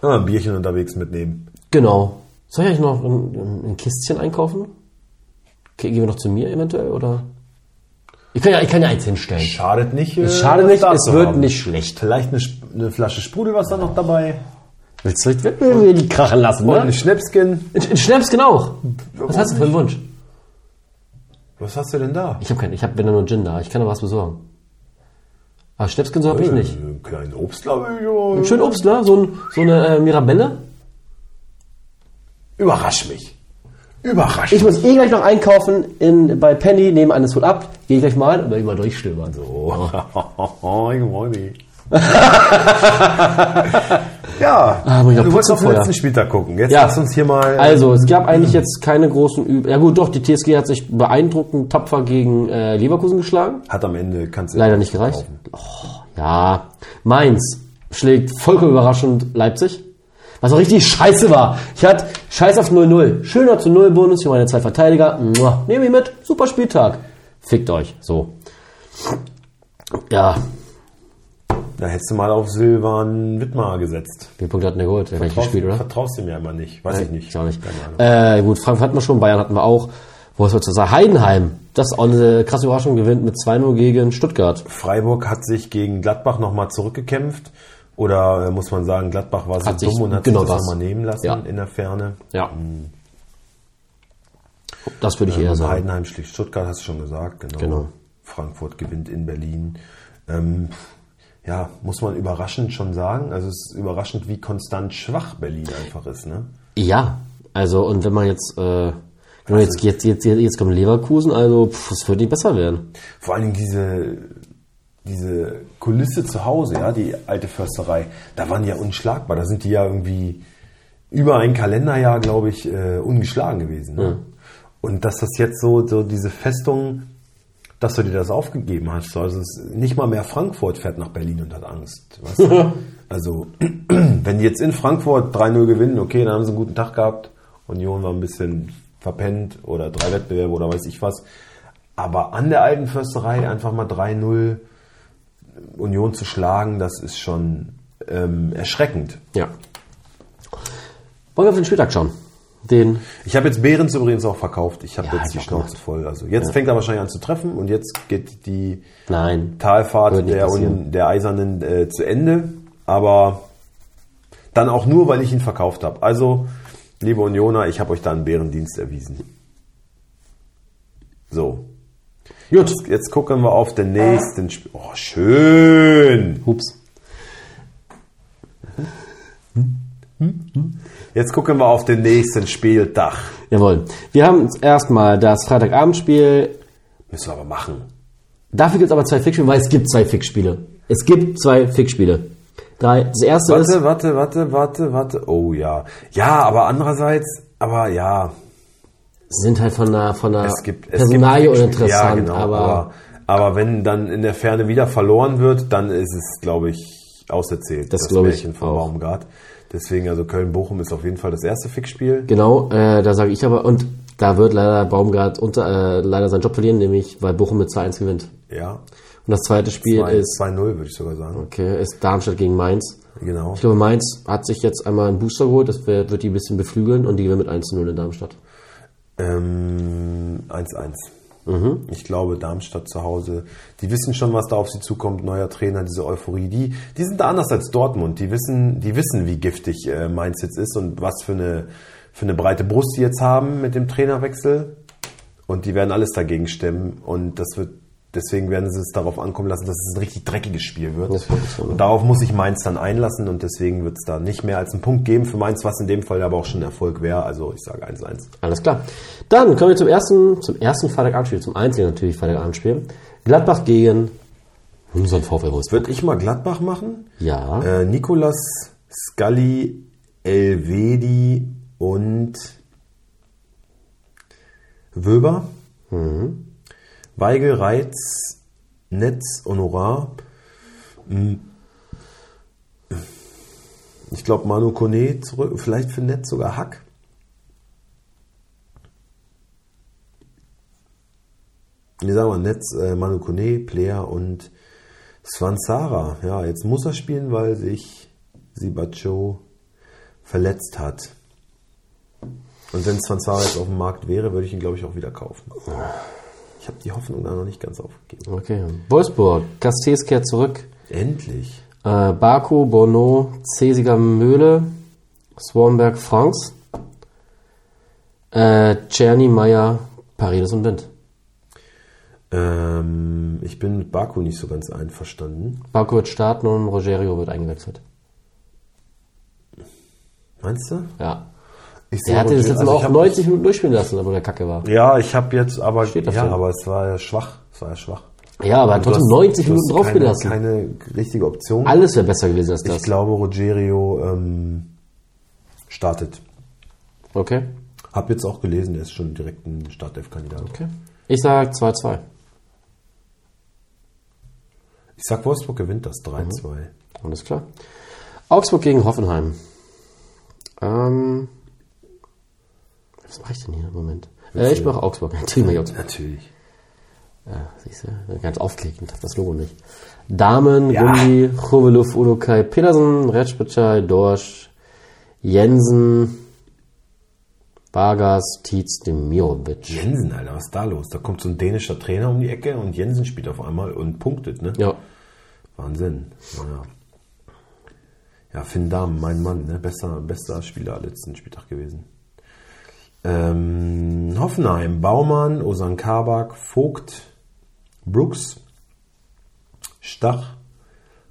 S4: Ah, ein Bierchen unterwegs mitnehmen.
S3: Genau. Soll ich eigentlich noch ein, ein- ein Kistchen einkaufen? Ge- Gehen wir noch zu mir eventuell, oder? Ich kann ja, ich kann ja eins hinstellen.
S4: Schadet nicht. äh,
S3: schadet nicht,
S4: da
S3: es
S4: zu
S3: wird nicht schlecht.
S4: Vielleicht eine, Sp- eine Flasche Sprudelwasser noch dabei.
S3: Willst du willst du mir die krachen lassen,
S4: Und eine
S3: ne?
S4: Schnäpskin.
S3: Ein- ein Schnaps, genau. Was hast du für einen Wunsch?
S4: Was hast du denn da?
S3: Ich habe keinen, ich habe wenn dann nur Gin da. Ich kann aber was besorgen. Aber Schnaps so habe ich nicht.
S4: Einen kleinen Obst, glaube ich. ja.
S3: Schön Obst, ne? So, ein, so eine äh, Mirabelle.
S4: Überrasch mich. Überrasch
S3: Ich muss eh gleich noch einkaufen in, bei Penny, neben eines Food ab. Gehe ich gleich mal und werde ich mal durchstöbern. So.
S4: mich. ja,
S3: Ah, aber ich glaub,
S4: du wolltest
S3: trotzdem
S4: auf den
S3: vorher.
S4: letzten Spieltag gucken. Jetzt
S3: Ja.
S4: lass uns hier mal. ähm,
S3: Also, es gab eigentlich jetzt keine großen Übel. Ja gut, doch, die TSG hat sich beeindruckend tapfer gegen äh, Leverkusen geschlagen.
S4: hat am Ende kannst du
S3: Leider nicht gereicht. Oh, ja, Mainz schlägt vollkommen überraschend Leipzig. Was auch richtig scheiße war. Ich hatte Scheiß auf 0-0. Schöner zu 0 Bonus für meine zwei Verteidiger. Mua, Nehme ich mit. Super Spieltag. Fickt euch. So. Ja,
S4: Da hättest du mal auf Silvan Wittmar gesetzt.
S3: wie viele Punkte hatten wir geholt? Der hat nicht gespielt, oder?
S4: Vertraust du mir immer nicht. Weiß ich nicht.
S3: Ich auch nicht.
S4: Keine Ahnung.
S3: Äh, gut, Frankfurt hatten wir schon, Bayern hatten wir auch. Wo ist zu sagen? Heidenheim. Das ist auch eine krasse Überraschung, gewinnt mit 2-0 gegen Stuttgart.
S4: Freiburg hat sich gegen Gladbach nochmal zurückgekämpft. Oder äh, muss man sagen, Gladbach war so
S3: Hat sich-
S4: dumm und hat
S3: genau
S4: sich das,
S3: das.
S4: nochmal nehmen lassen
S3: Ja.
S4: in der Ferne.
S3: Ja. Das würde ich eher sagen.
S4: Heidenheim schlägt Stuttgart, hast du schon gesagt, genau.
S3: Also- Genau.
S4: Frankfurt gewinnt in Berlin. Ähm, ja, muss man überraschend schon sagen. Also es ist überraschend, wie konstant schwach Berlin einfach ist. Ne?
S3: Ja, also und wenn man jetzt, äh, wenn man jetzt, jetzt, jetzt, jetzt, jetzt kommt Leverkusen, also pff, es wird nicht besser werden.
S4: Vor allen Dingen diese, diese Kulisse zu Hause, ja, die alte Försterei, da waren die ja unschlagbar. Da sind die ja irgendwie über ein Kalenderjahr, glaube ich, äh, ungeschlagen gewesen. Ne? Und dass das jetzt so, so diese Festung, dass du dir das aufgegeben hast. Also es ist nicht mal mehr Frankfurt fährt nach Berlin und hat Angst. Weißt du? also, wenn die jetzt in Frankfurt 3-0 gewinnen, okay, dann haben sie einen guten Tag gehabt. Union war ein bisschen verpennt oder drei Wettbewerbe oder weiß ich was. Aber an der alten Försterei einfach mal 3-0 Union zu schlagen, das ist schon ähm, erschreckend.
S3: Ja. Wollen wir auf den Spieltag schauen? Den.
S4: Ich habe jetzt Behrens übrigens auch verkauft. Ich habe
S3: Ja,
S4: jetzt die
S3: hab ich auch
S4: Schnauze voll. Also jetzt fängt er wahrscheinlich an zu treffen und jetzt geht die
S3: Nein. Wird
S4: Talfahrt
S3: nicht
S4: der,
S3: passieren.
S4: Un- der Eisernen äh, zu Ende. Aber dann auch nur, weil ich ihn verkauft habe. Also, liebe Unioner, ich habe euch da einen Bärendienst erwiesen. So,
S3: Gut.
S4: jetzt gucken wir auf den nächsten Spiel. Oh, schön!
S3: Ups.
S4: Jetzt gucken wir auf den nächsten Spieltag.
S3: Jawohl. Wir haben jetzt erstmal das Freitagabendspiel.
S4: Müssen wir aber machen.
S3: Dafür gibt es aber zwei Fickspiele, weil es gibt zwei Fickspiele. Es gibt zwei Fickspiele. Drei. Das erste ist.
S4: Warte, warte, warte, warte, warte. Oh ja. Ja, aber andererseits, aber ja,
S3: sind halt von der, von der
S4: es gibt es
S3: Personalie
S4: gibt,
S3: uninteressant,
S4: Ja, genau,
S3: aber
S4: aber, aber wenn dann in der Ferne wieder verloren wird, dann ist es, glaube ich, auserzählt.
S3: Das glaube ich
S4: Märchen von
S3: auch.
S4: Baumgart. Deswegen, also Köln-Bochum ist auf jeden Fall das erste Fixspiel.
S3: Genau, äh, da sage ich aber, und da wird leider Baumgart unter, äh, leider seinen Job verlieren, nämlich weil Bochum mit 2-1 gewinnt.
S4: Ja.
S3: Und das zweite Spiel
S4: Zwei-
S3: ist,
S4: 2-0, würde ich sogar sagen.
S3: okay, ist Darmstadt gegen Mainz.
S4: Genau.
S3: Ich glaube, Mainz hat sich jetzt einmal einen Booster geholt, das wär, wird die ein bisschen beflügeln und die gewinnen mit 1-0 in Darmstadt.
S4: Ähm, 1-1.
S3: Mhm.
S4: Ich glaube, Darmstadt zu Hause, die wissen schon, was da auf sie zukommt. Neuer Trainer, diese Euphorie, die, die sind da anders als Dortmund. Die wissen, die wissen, wie giftig äh, Mainz jetzt ist und was für eine, für eine breite Brust sie jetzt haben mit dem Trainerwechsel. Und die werden alles dagegen stemmen. Und das wird, deswegen werden sie es darauf ankommen lassen, dass es ein richtig dreckiges Spiel wird.
S3: Das wird es so.
S4: Und darauf muss sich Mainz dann einlassen. Und deswegen wird es da nicht mehr als einen Punkt geben für Mainz, was in dem Fall aber auch schon ein Erfolg wäre. Also ich sage 1-1.
S3: Alles klar. Dann kommen wir zum ersten, zum ersten Freitagabendspiel, zum einzigen natürlich Freitagabendspiel. Gladbach gegen unseren VfL Wolfsburg.
S4: Würde ich mal Gladbach machen?
S3: Ja.
S4: Äh, Nikolas Scully, Elvedi und Wöber. Weigel, Reiz, Netz, Honorar. Hm. Ich glaube, Manu Kone zurück, vielleicht für Netz sogar Hack. Wir sagen mal Netz, äh, Manu Kone, Player und Swansara, ja, jetzt muss er spielen, weil sich Sibacho verletzt hat. Und wenn Swansara jetzt auf dem Markt wäre, würde ich ihn, glaube ich, auch wieder kaufen. Ich habe die Hoffnung da noch nicht ganz aufgegeben.
S3: Okay. Wolfsburg. Castells kehrt zurück.
S4: Endlich.
S3: Äh, Baku, Bono, Cesiger Möhle, Swanberg, Franks, äh, Czerny, Meyer, Paredes und Wind.
S4: Ähm, ich bin mit Baku nicht so ganz einverstanden.
S3: Baku wird starten und Rogerio wird eingewechselt.
S4: Meinst du?
S3: Ja.
S4: Ich sehe
S3: Der hatte das
S4: Roger-
S3: letzte Mal
S4: also ich
S3: auch
S4: hab-
S3: 90 Minuten durchspielen lassen, obwohl der Kacke war.
S4: Ja, ich habe jetzt aber.
S3: Steht
S4: ja,
S3: dafür.
S4: aber es war ja schwach. Es war ja schwach. Also
S3: Ja, aber er hat
S4: Du
S3: trotzdem
S4: hast-
S3: 90
S4: du hast
S3: Minuten draufgehen
S4: keine,
S3: lassen.
S4: Keine richtige Option.
S3: Alles wäre besser gewesen als
S4: Ich
S3: das.
S4: glaube, Rogerio ähm, startet.
S3: Okay.
S4: Hab jetzt auch gelesen, er ist schon direkt ein Startelf-Kandidat.
S3: okay. Ich sag 2-2.
S4: Ich sag, Wolfsburg gewinnt das 3-2.
S3: Alles klar. Augsburg gegen Hoffenheim. Ähm, was mache ich denn hier im Moment? Äh, ich mache Augsburg. Natürlich mach ich Augsburg.
S4: Natürlich.
S3: Siehst du, äh, ganz aufklicken, darf das Logo nicht. Damen, Gundi, Chovelov, Udokai, Petersen, Retschbitschei, Dorsch, Jensen, Vargas, Tietz, Demirovic.
S4: Jensen, Alter, was ist da los? Da kommt so ein dänischer Trainer um die Ecke und Jensen spielt auf einmal und punktet, ne?
S3: Ja,
S4: Wahnsinn. Naja. Ja, Finn Dahm, mein Mann, ne? Bester, bester Spieler letzten Spieltag gewesen. Ähm, Hoffenheim, Baumann, Osan Kabak, Vogt, Brooks, Stach,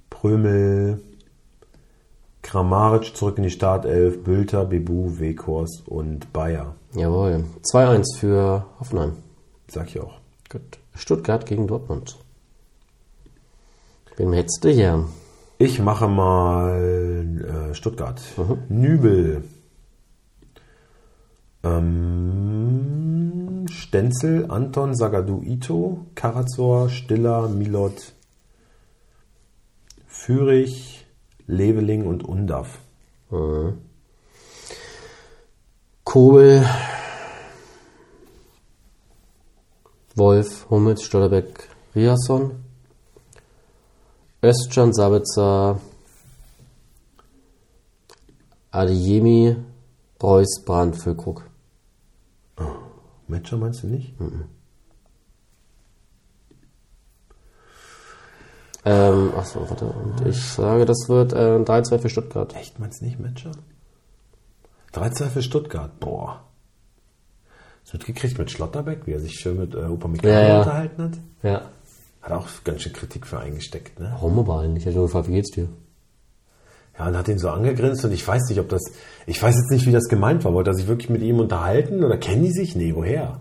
S4: Prömel, Kramaric zurück in die Startelf, Bülter, Bebu, Weghorst und Bayer.
S3: jawohl. 2-1 für Hoffenheim.
S4: Sag ich auch.
S3: Gut. Stuttgart gegen Dortmund. Wem hättest du hier?
S4: Ich mache mal äh, Stuttgart.
S3: Mhm.
S4: Nübel. Ähm, Stenzel, Anton, Sagadu, Ito, Karazor, Stiller, Milot, Fürich, Leveling und Undav.
S3: Kobel, Wolf, Hummels, Stollerbeck, Riasson, Özcan, Sabitzer, Adeyemi, Beuys, Brand, Füllkrug.
S4: Matcher meinst du nicht?
S3: Hm. Ähm, achso, warte. Und ich sage, das wird äh, 3-2 für Stuttgart.
S4: Echt, meinst du nicht Matcher? 3-2 für Stuttgart, boah. Das wird gekriegt mit Schlotterbeck, wie er sich schön mit äh, Upamecano
S3: Ja, ja.
S4: unterhalten hat.
S3: Ja.
S4: Hat auch ganz schön Kritik für eingesteckt, ne?
S3: Warum aber eigentlich? Ich habe gefragt, Also, wie geht's dir?
S4: Ja, und hat ihn so angegrinst und ich weiß nicht, ob das, ich weiß jetzt nicht, wie das gemeint war. Wollte er sich wirklich mit ihm unterhalten oder kennen die sich? Nee, woher?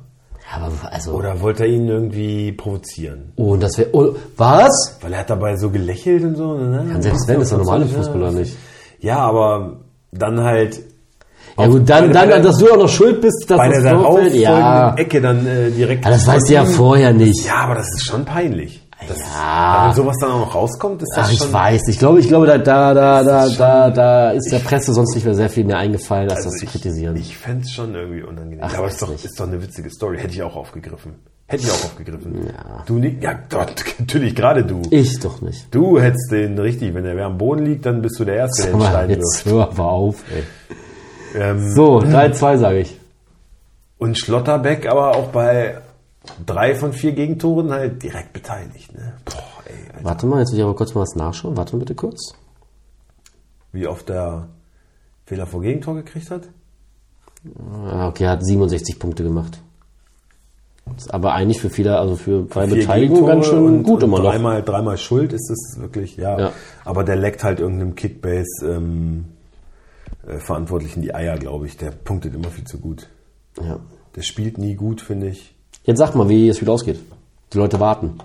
S3: Ja, aber also.
S4: Oder wollte er ihn irgendwie provozieren?
S3: Oh, und das wäre. Oh, was?
S4: Weil er hat dabei so gelächelt und so, ne?
S3: Ja, selbst wenn, ist er normale Fußballer nicht.
S4: Ja, aber dann halt
S3: Ja gut, dann,
S4: Bei
S3: dann,
S4: der-
S3: dass du auch noch schuld bist, dass
S4: bei der
S3: das
S4: darauffolgenden
S3: Ja.
S4: Ecke dann äh, direkt.
S3: ja, das weißt du ja vorher nicht.
S4: Ja, aber das ist schon peinlich. Das
S3: Ja.
S4: Wenn sowas dann auch noch rauskommt, ist das
S3: Ach, ich
S4: schon.
S3: weiß. Ich glaube, ich glaube, da, da, da, da, da, da ist der Presse sonst nicht mehr sehr viel mehr eingefallen, als
S4: Also
S3: das zu
S4: ich-
S3: kritisieren.
S4: Ich fänd's schon irgendwie unangenehm.
S3: Ach,
S4: aber ist doch,
S3: weiß nicht.
S4: ist doch eine witzige Story. Hätte ich auch aufgegriffen. Hätte ich auch aufgegriffen. Du nicht? Ja, Gott, natürlich, gerade du.
S3: Ich doch nicht.
S4: Du hättest den richtig, wenn der wer am Boden liegt, dann bist du der Erste, der
S3: Sag mal,
S4: entscheiden
S3: jetzt
S4: wird.
S3: hör aber auf, ey.
S4: Ähm,
S3: So, 3-2 sage ich.
S4: Und Schlotterbeck aber auch bei drei von vier Gegentoren halt direkt beteiligt. Ne? Boah, ey, Alter.
S3: Warte mal, jetzt will ich aber kurz mal was nachschauen. Warte mal bitte kurz.
S4: wie oft der Fehler vor Gegentor gekriegt hat.
S3: Ah, Okay, er hat 67 Punkte gemacht. Ist aber eigentlich für viele, also für bei
S4: Vier
S3: Beteiligung
S4: Gegentore
S3: ganz schön
S4: und,
S3: gut
S4: und
S3: immer noch.
S4: dreimal, Dreimal schuld ist es wirklich, ja.
S3: Ja.
S4: Aber der leckt halt irgendeinem Kickbase-Verantwortlichen die Eier, glaube ich. Der punktet immer viel zu gut.
S3: Ja.
S4: Der spielt nie gut, finde ich.
S3: Jetzt sag mal, wie das Spiel ausgeht. Die Leute warten.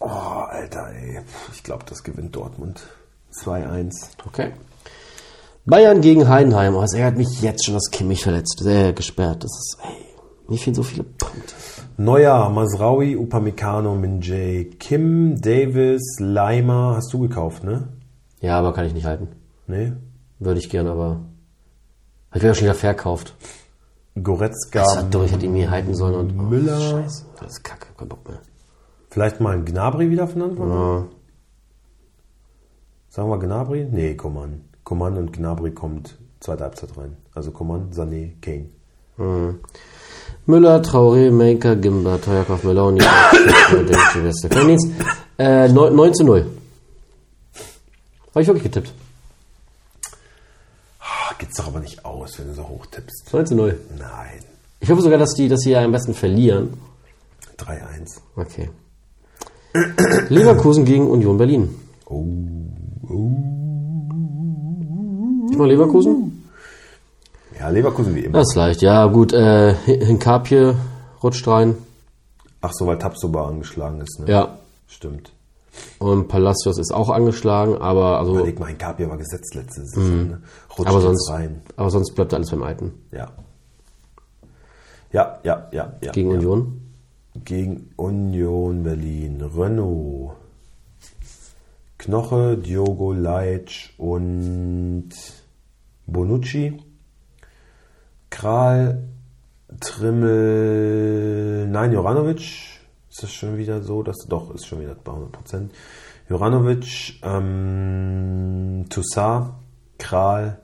S4: Oh, Alter, ey. Puh, Ich glaube, das gewinnt Dortmund. 2-1.
S3: Okay. Bayern gegen Heidenheim. Aber es ärgert mich jetzt schon, dass Kimmich verletzt, sehr gesperrt. Das ist, ey, mir fehlen so viele Punkte.
S4: Neuer, Masraui, Upamecano, Minjay, Kim, Davis, Leimer. Hast du gekauft, ne?
S3: Ja, aber kann ich nicht halten.
S4: Nee.
S3: Würde ich gern, aber ich wäre ja schon wieder verkauft.
S4: Goretzka,
S3: Das war dumm, ich hätte ihn hier halten sollen und oh,
S4: Müller.
S3: Scheiße, das ist kacke, kein Bock mehr.
S4: vielleicht mal ein Gnabry wieder von Anfang an? Sagen wir Gnabry? Nee, Coman. Coman und Gnabry kommt zweite Halbzeit rein. Also Coman, Sané, Kane.
S3: Müller, Traoré, Maker, Gimba, Teuerkauf, Müller und Niklas. äh, 9, 9 zu 0. Habe ich wirklich getippt.
S4: Ah, geht's doch aber nicht aus, wenn du so hoch tippst.
S3: 9 zu 0.
S4: Nein.
S3: Ich hoffe sogar, dass die, dass die ja am besten verlieren.
S4: 3-1.
S3: Okay. Leverkusen gegen Union Berlin. Oh. Mal Leverkusen?
S4: Ja, Leverkusen wie immer.
S3: Das ist leicht, ja gut. Äh, Hinkapje rutscht rein.
S4: Ach so, weil Tabsoba angeschlagen ist, ne?
S3: Ja.
S4: Stimmt.
S3: Und Palacios ist auch angeschlagen, aber also.
S4: Überleg mal, ein Gabi war gesetzt letzte Saison. Ne? Rutscht
S3: Mhm. Aber
S4: jetzt
S3: sonst,
S4: rein.
S3: aber sonst bleibt alles beim Alten.
S4: Ja. Ja, ja, ja, ja.
S3: Gegen
S4: ja.
S3: Union.
S4: Gegen Union Berlin. Renault. Knoche, Diogo Leitsch und Bonucci. Kral, Trimmel, nein, Joranovic. Ist das schon wieder so? Das, doch, ist schon wieder bei 100%. Joranovic, ähm, Toussaint, Kral,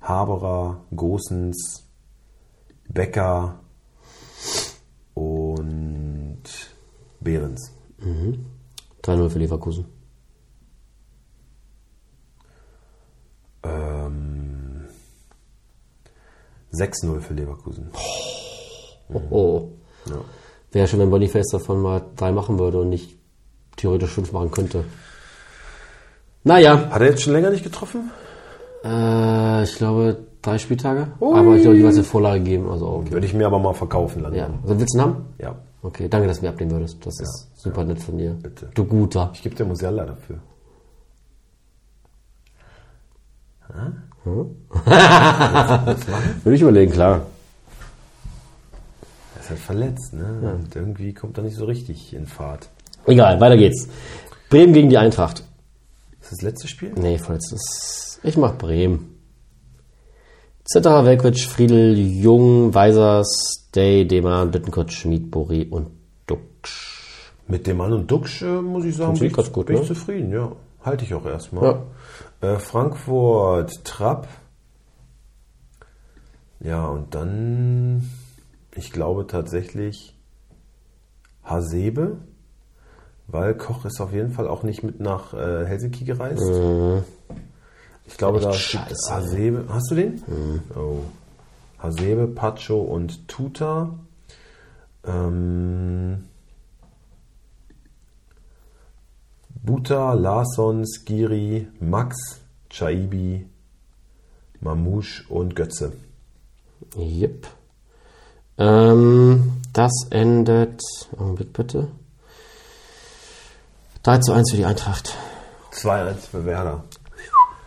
S4: Haberer, Gosens, Becker und Behrens.
S3: 3-0 für Leverkusen.
S4: Ähm, 6-0 für Leverkusen.
S3: Oh, oh.
S4: Ja.
S3: Wäre schön, wenn Boniface davon mal drei machen würde und nicht theoretisch fünf machen könnte. Naja,
S4: Hat er jetzt schon länger nicht getroffen?
S3: äh, ich glaube drei Spieltage. Aber ich glaube, jeweils eine Vorlage geben. Also okay.
S4: Würde ich mir aber mal verkaufen
S3: Ja.
S4: langsam.
S3: Also, willst du einen haben?
S4: Ja.
S3: Okay, danke, dass du mir abnehmen würdest. Das ist super nett von dir.
S4: Bitte.
S3: Du guter.
S4: Ich gebe dir Musiala dafür.
S3: Würde ich überlegen, klar.
S4: Er ist halt verletzt, ne? Und irgendwie kommt er nicht so richtig in Fahrt.
S3: Egal, weiter geht's. Bremen gegen die Eintracht.
S4: Ist das letzte Spiel?
S3: Nee, vorletztes. Ich mach Bremen. Zitterer, Welkwitsch, Friedel, Jung, Weiser, Stay, Demann, Bittenkurt, Schmid, Bori und Duxch.
S4: Mit dem Mann und Duxch, äh, muss ich sagen,
S3: Funktioniert
S4: bin ich,
S3: ganz gut,
S4: bin ich
S3: ne?
S4: zufrieden, ja. Halte ich auch erstmal. Äh, Frankfurt, Trapp. Ja, und dann, ich glaube tatsächlich Hasebe, weil Koch ist auf jeden Fall auch nicht mit nach äh, Helsinki gereist. Ich glaube, da
S5: scheiße.
S4: schiebt Hasebe. Hast du den? Oh. Hasebe, Pacho und Tuta. Ähm, Buta, Larsson, Skiri, Max, Chaibi, Mamouche und Götze.
S5: Jep. Ähm, das endet. Augenblick bitte. 3 zu 1 für die Eintracht.
S4: 2-1 für Werder.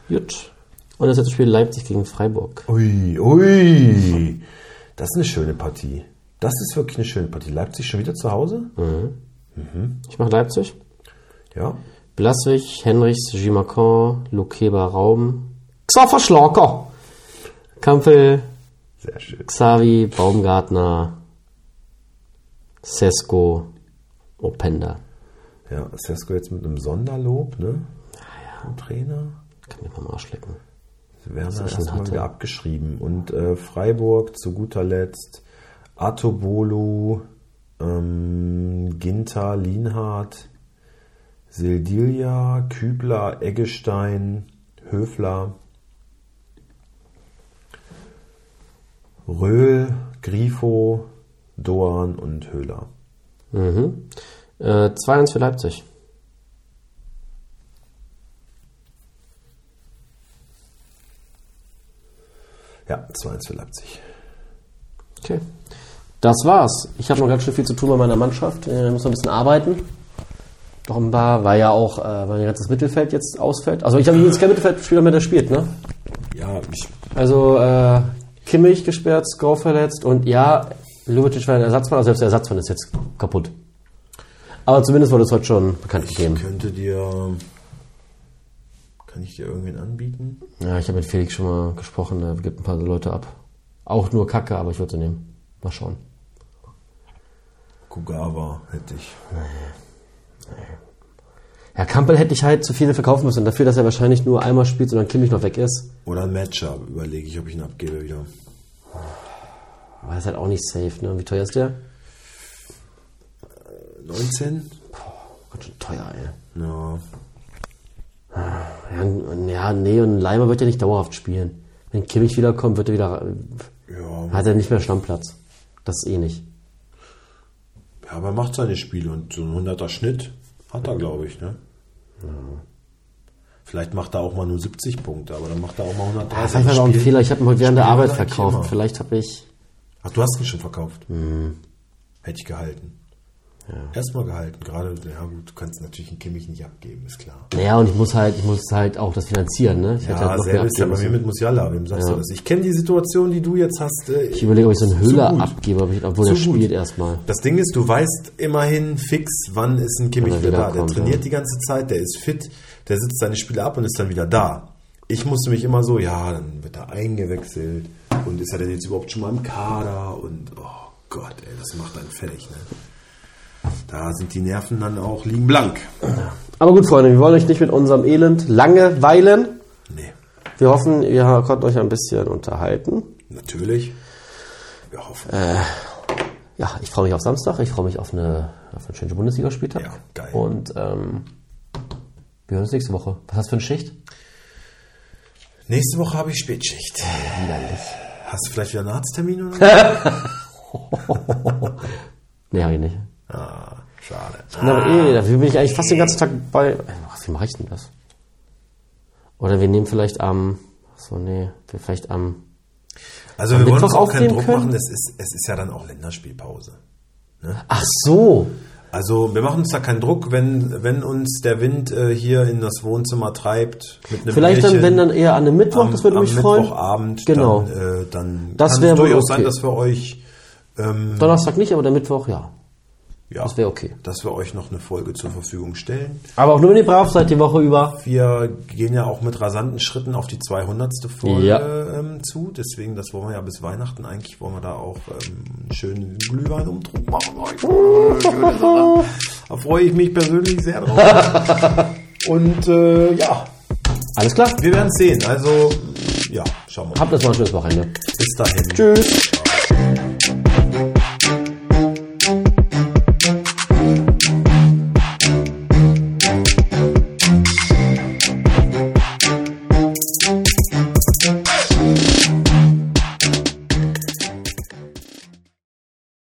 S5: Gut. Und das letzte Spiel Leipzig gegen Freiburg.
S4: Ui, ui. Das ist eine schöne Partie. Das ist wirklich eine schöne Partie. Leipzig schon wieder zu Hause?
S5: Ich mache Leipzig.
S4: Ja.
S5: Blaswig, Henrichs, Gimacon, Lukeba Raum, Xaver Schlager, Kampel,
S4: Sehr schön.
S5: Xavi, Baumgartner, Sesko, Openda.
S4: Ja, Sesko jetzt mit einem Sonderlob, ne? Naja. Trainer.
S5: Kann mich mal am Arsch lecken.
S4: Werner
S5: ich
S4: erstmal
S5: hatte.
S4: wieder abgeschrieben. Und äh, Freiburg zu guter Letzt. Atobolu, ähm, Ginter, Lienhardt, Sildilia, Kübler, Eggestein, Höfler, Röhl, Grifo, Doan und Höhler.
S5: Mhm. Äh, 2-1 für Leipzig.
S4: Ja, 2-1 für Leipzig.
S5: Okay.
S3: Das war's. Ich habe noch ganz schön viel zu tun bei meiner Mannschaft. Ich muss noch ein bisschen arbeiten. Offenbar, weil ja auch äh, mein ganzes Mittelfeld jetzt ausfällt. Also ich habe übrigens kein Mittelfeldspieler mehr, der spielt, ne?
S4: Ja, ich,
S3: Also äh, Kimmich gesperrt, Score verletzt und ja, Lubitsch war ein Ersatzmann, aber selbst der Ersatzmann ist jetzt kaputt. Aber zumindest wurde es heute schon bekannt gegeben.
S4: könnte dir. Kann ich dir irgendwen anbieten?
S5: Ja, ich habe mit Felix schon mal gesprochen, er gibt ein paar Leute ab. Auch nur Kacke, aber ich würde sie nehmen. Mal schauen.
S4: Kugawa hätte ich.
S3: Ja, Campbell hätte ich halt zu viele verkaufen müssen, dafür, dass er wahrscheinlich nur einmal spielt und dann Kimmich noch weg ist.
S4: Oder ein Matchup überlege ich, ob ich ihn abgebe wieder.
S3: Aber er ist halt auch nicht safe, ne? Wie teuer ist der?
S4: 19?
S3: Ganz schön teuer, ey.
S4: Ja.
S3: Ja, n- ja nee, und Leimer wird ja nicht dauerhaft spielen. Wenn Kimmich wiederkommt, wird er wieder.
S4: Ja.
S3: Hat er nicht mehr Stammplatz. Das eh nicht.
S4: ja, aber er macht seine Spiele und so ein 100er Schnitt hat er, glaube ich, ne? Vielleicht macht er auch mal nur 70 Punkte, aber dann macht er auch mal 130
S3: Ah, Das war auch ein
S4: Spiel.
S3: Fehler. Ich habe ihn heute während der
S4: Spiel
S3: Arbeit
S4: bleibt
S3: verkauft.
S4: immer.
S3: Vielleicht Mhm. habe ich.
S4: Ach, du hast ihn schon verkauft. Hätte ich gehalten. Erstmal gehalten. Gerade, ja gut, du kannst natürlich einen Kimmich nicht abgeben, ist klar.
S3: Naja, und ich muss halt, ich muss halt auch das finanzieren, ne? Ich hätte
S4: Ja,
S3: halt noch mehr
S4: selbe ist ja
S3: abgeben
S4: bei mir
S3: müssen.
S4: mit Musiala. Wem sagst du das? Ich kenne die Situation, die du jetzt hast. äh,
S3: Ich überlege, ob ich so einen Höhler
S4: gut.
S3: abgebe, ob ich, obwohl
S4: Zu
S3: er
S4: gut.
S3: spielt erstmal.
S4: Das Ding ist, du weißt immerhin fix, wann ist ein Kimmich
S5: Wenn er
S4: wieder da. Der
S5: wiederkommt,
S4: trainiert
S5: ja.
S4: die ganze Zeit, der ist fit, der sitzt seine Spiele ab und ist dann wieder da. Ich musste mich immer so, ja, dann wird er eingewechselt und ist er denn jetzt überhaupt schon mal im Kader und oh Gott, ey, das macht dann fertig, ne? Da sind die Nerven dann auch liegen blank.
S3: Aber gut, Freunde, wir wollen euch nicht mit unserem Elend langeweilen.
S4: Nee,
S3: Wir hoffen, ihr konntet euch ein bisschen unterhalten.
S4: natürlich. Wir hoffen.
S3: Ja, ich freue mich auf Samstag, ich freue mich auf, eine, auf einen schönen Bundesligaspieltag.
S4: Ja, geil.
S3: Und ähm, wir hören uns nächste Woche. Was hast du für eine Schicht?
S4: Nächste Woche habe ich Spätschicht.
S3: Äh,
S4: Hast du vielleicht wieder einen Arzttermin oder so?
S3: Nee, hab ich nicht.
S4: ah, schade.
S3: Na, eh, dafür bin ich eigentlich fast den ganzen Tag bei. Ach, wie mache ich denn das? Oder wir nehmen vielleicht am. Ach so, nee, wir vielleicht am.
S4: Also wir wollen
S3: Mittwoch
S4: uns auch keinen
S3: aufnehmen
S4: Druck
S3: können?
S4: machen, es ist, es ist ja dann auch Länderspielpause.
S3: Ach so!
S4: Also wir machen uns da keinen Druck, wenn, wenn uns der Wind äh, hier in das Wohnzimmer treibt. Mit einem
S3: Vielleicht dann,
S4: Bierchen
S3: wenn dann eher an einem Mittwoch,
S4: am,
S3: das würde mich
S4: am
S3: freuen.
S4: Mittwochabend,
S3: Genau.
S4: dann, äh, dann
S3: Das
S4: kann
S3: wäre
S4: es
S3: wohl
S4: durchaus
S3: okay.
S4: sein, dass wir euch, ähm,
S3: Donnerstag nicht, aber der Mittwoch ja.
S4: ja,
S3: Das wäre okay.
S4: dass wir euch noch eine Folge zur Verfügung stellen.
S3: Aber auch nur, wenn ihr brav seid die Woche über.
S4: Wir gehen ja auch mit rasanten Schritten auf die 200. Folge
S5: Ja.
S4: ähm, zu. Deswegen, das wollen wir ja bis Weihnachten eigentlich, wollen wir da auch ähm, einen schönen Glühweinumdruck machen. Da freue ich mich persönlich sehr drauf. Und äh, ja,
S3: Alles klar.
S4: wir werden sehen. Also, ja, schauen wir mal.
S3: Habt das mal ein schönes Wochenende.
S4: Bis dahin.
S3: Tschüss.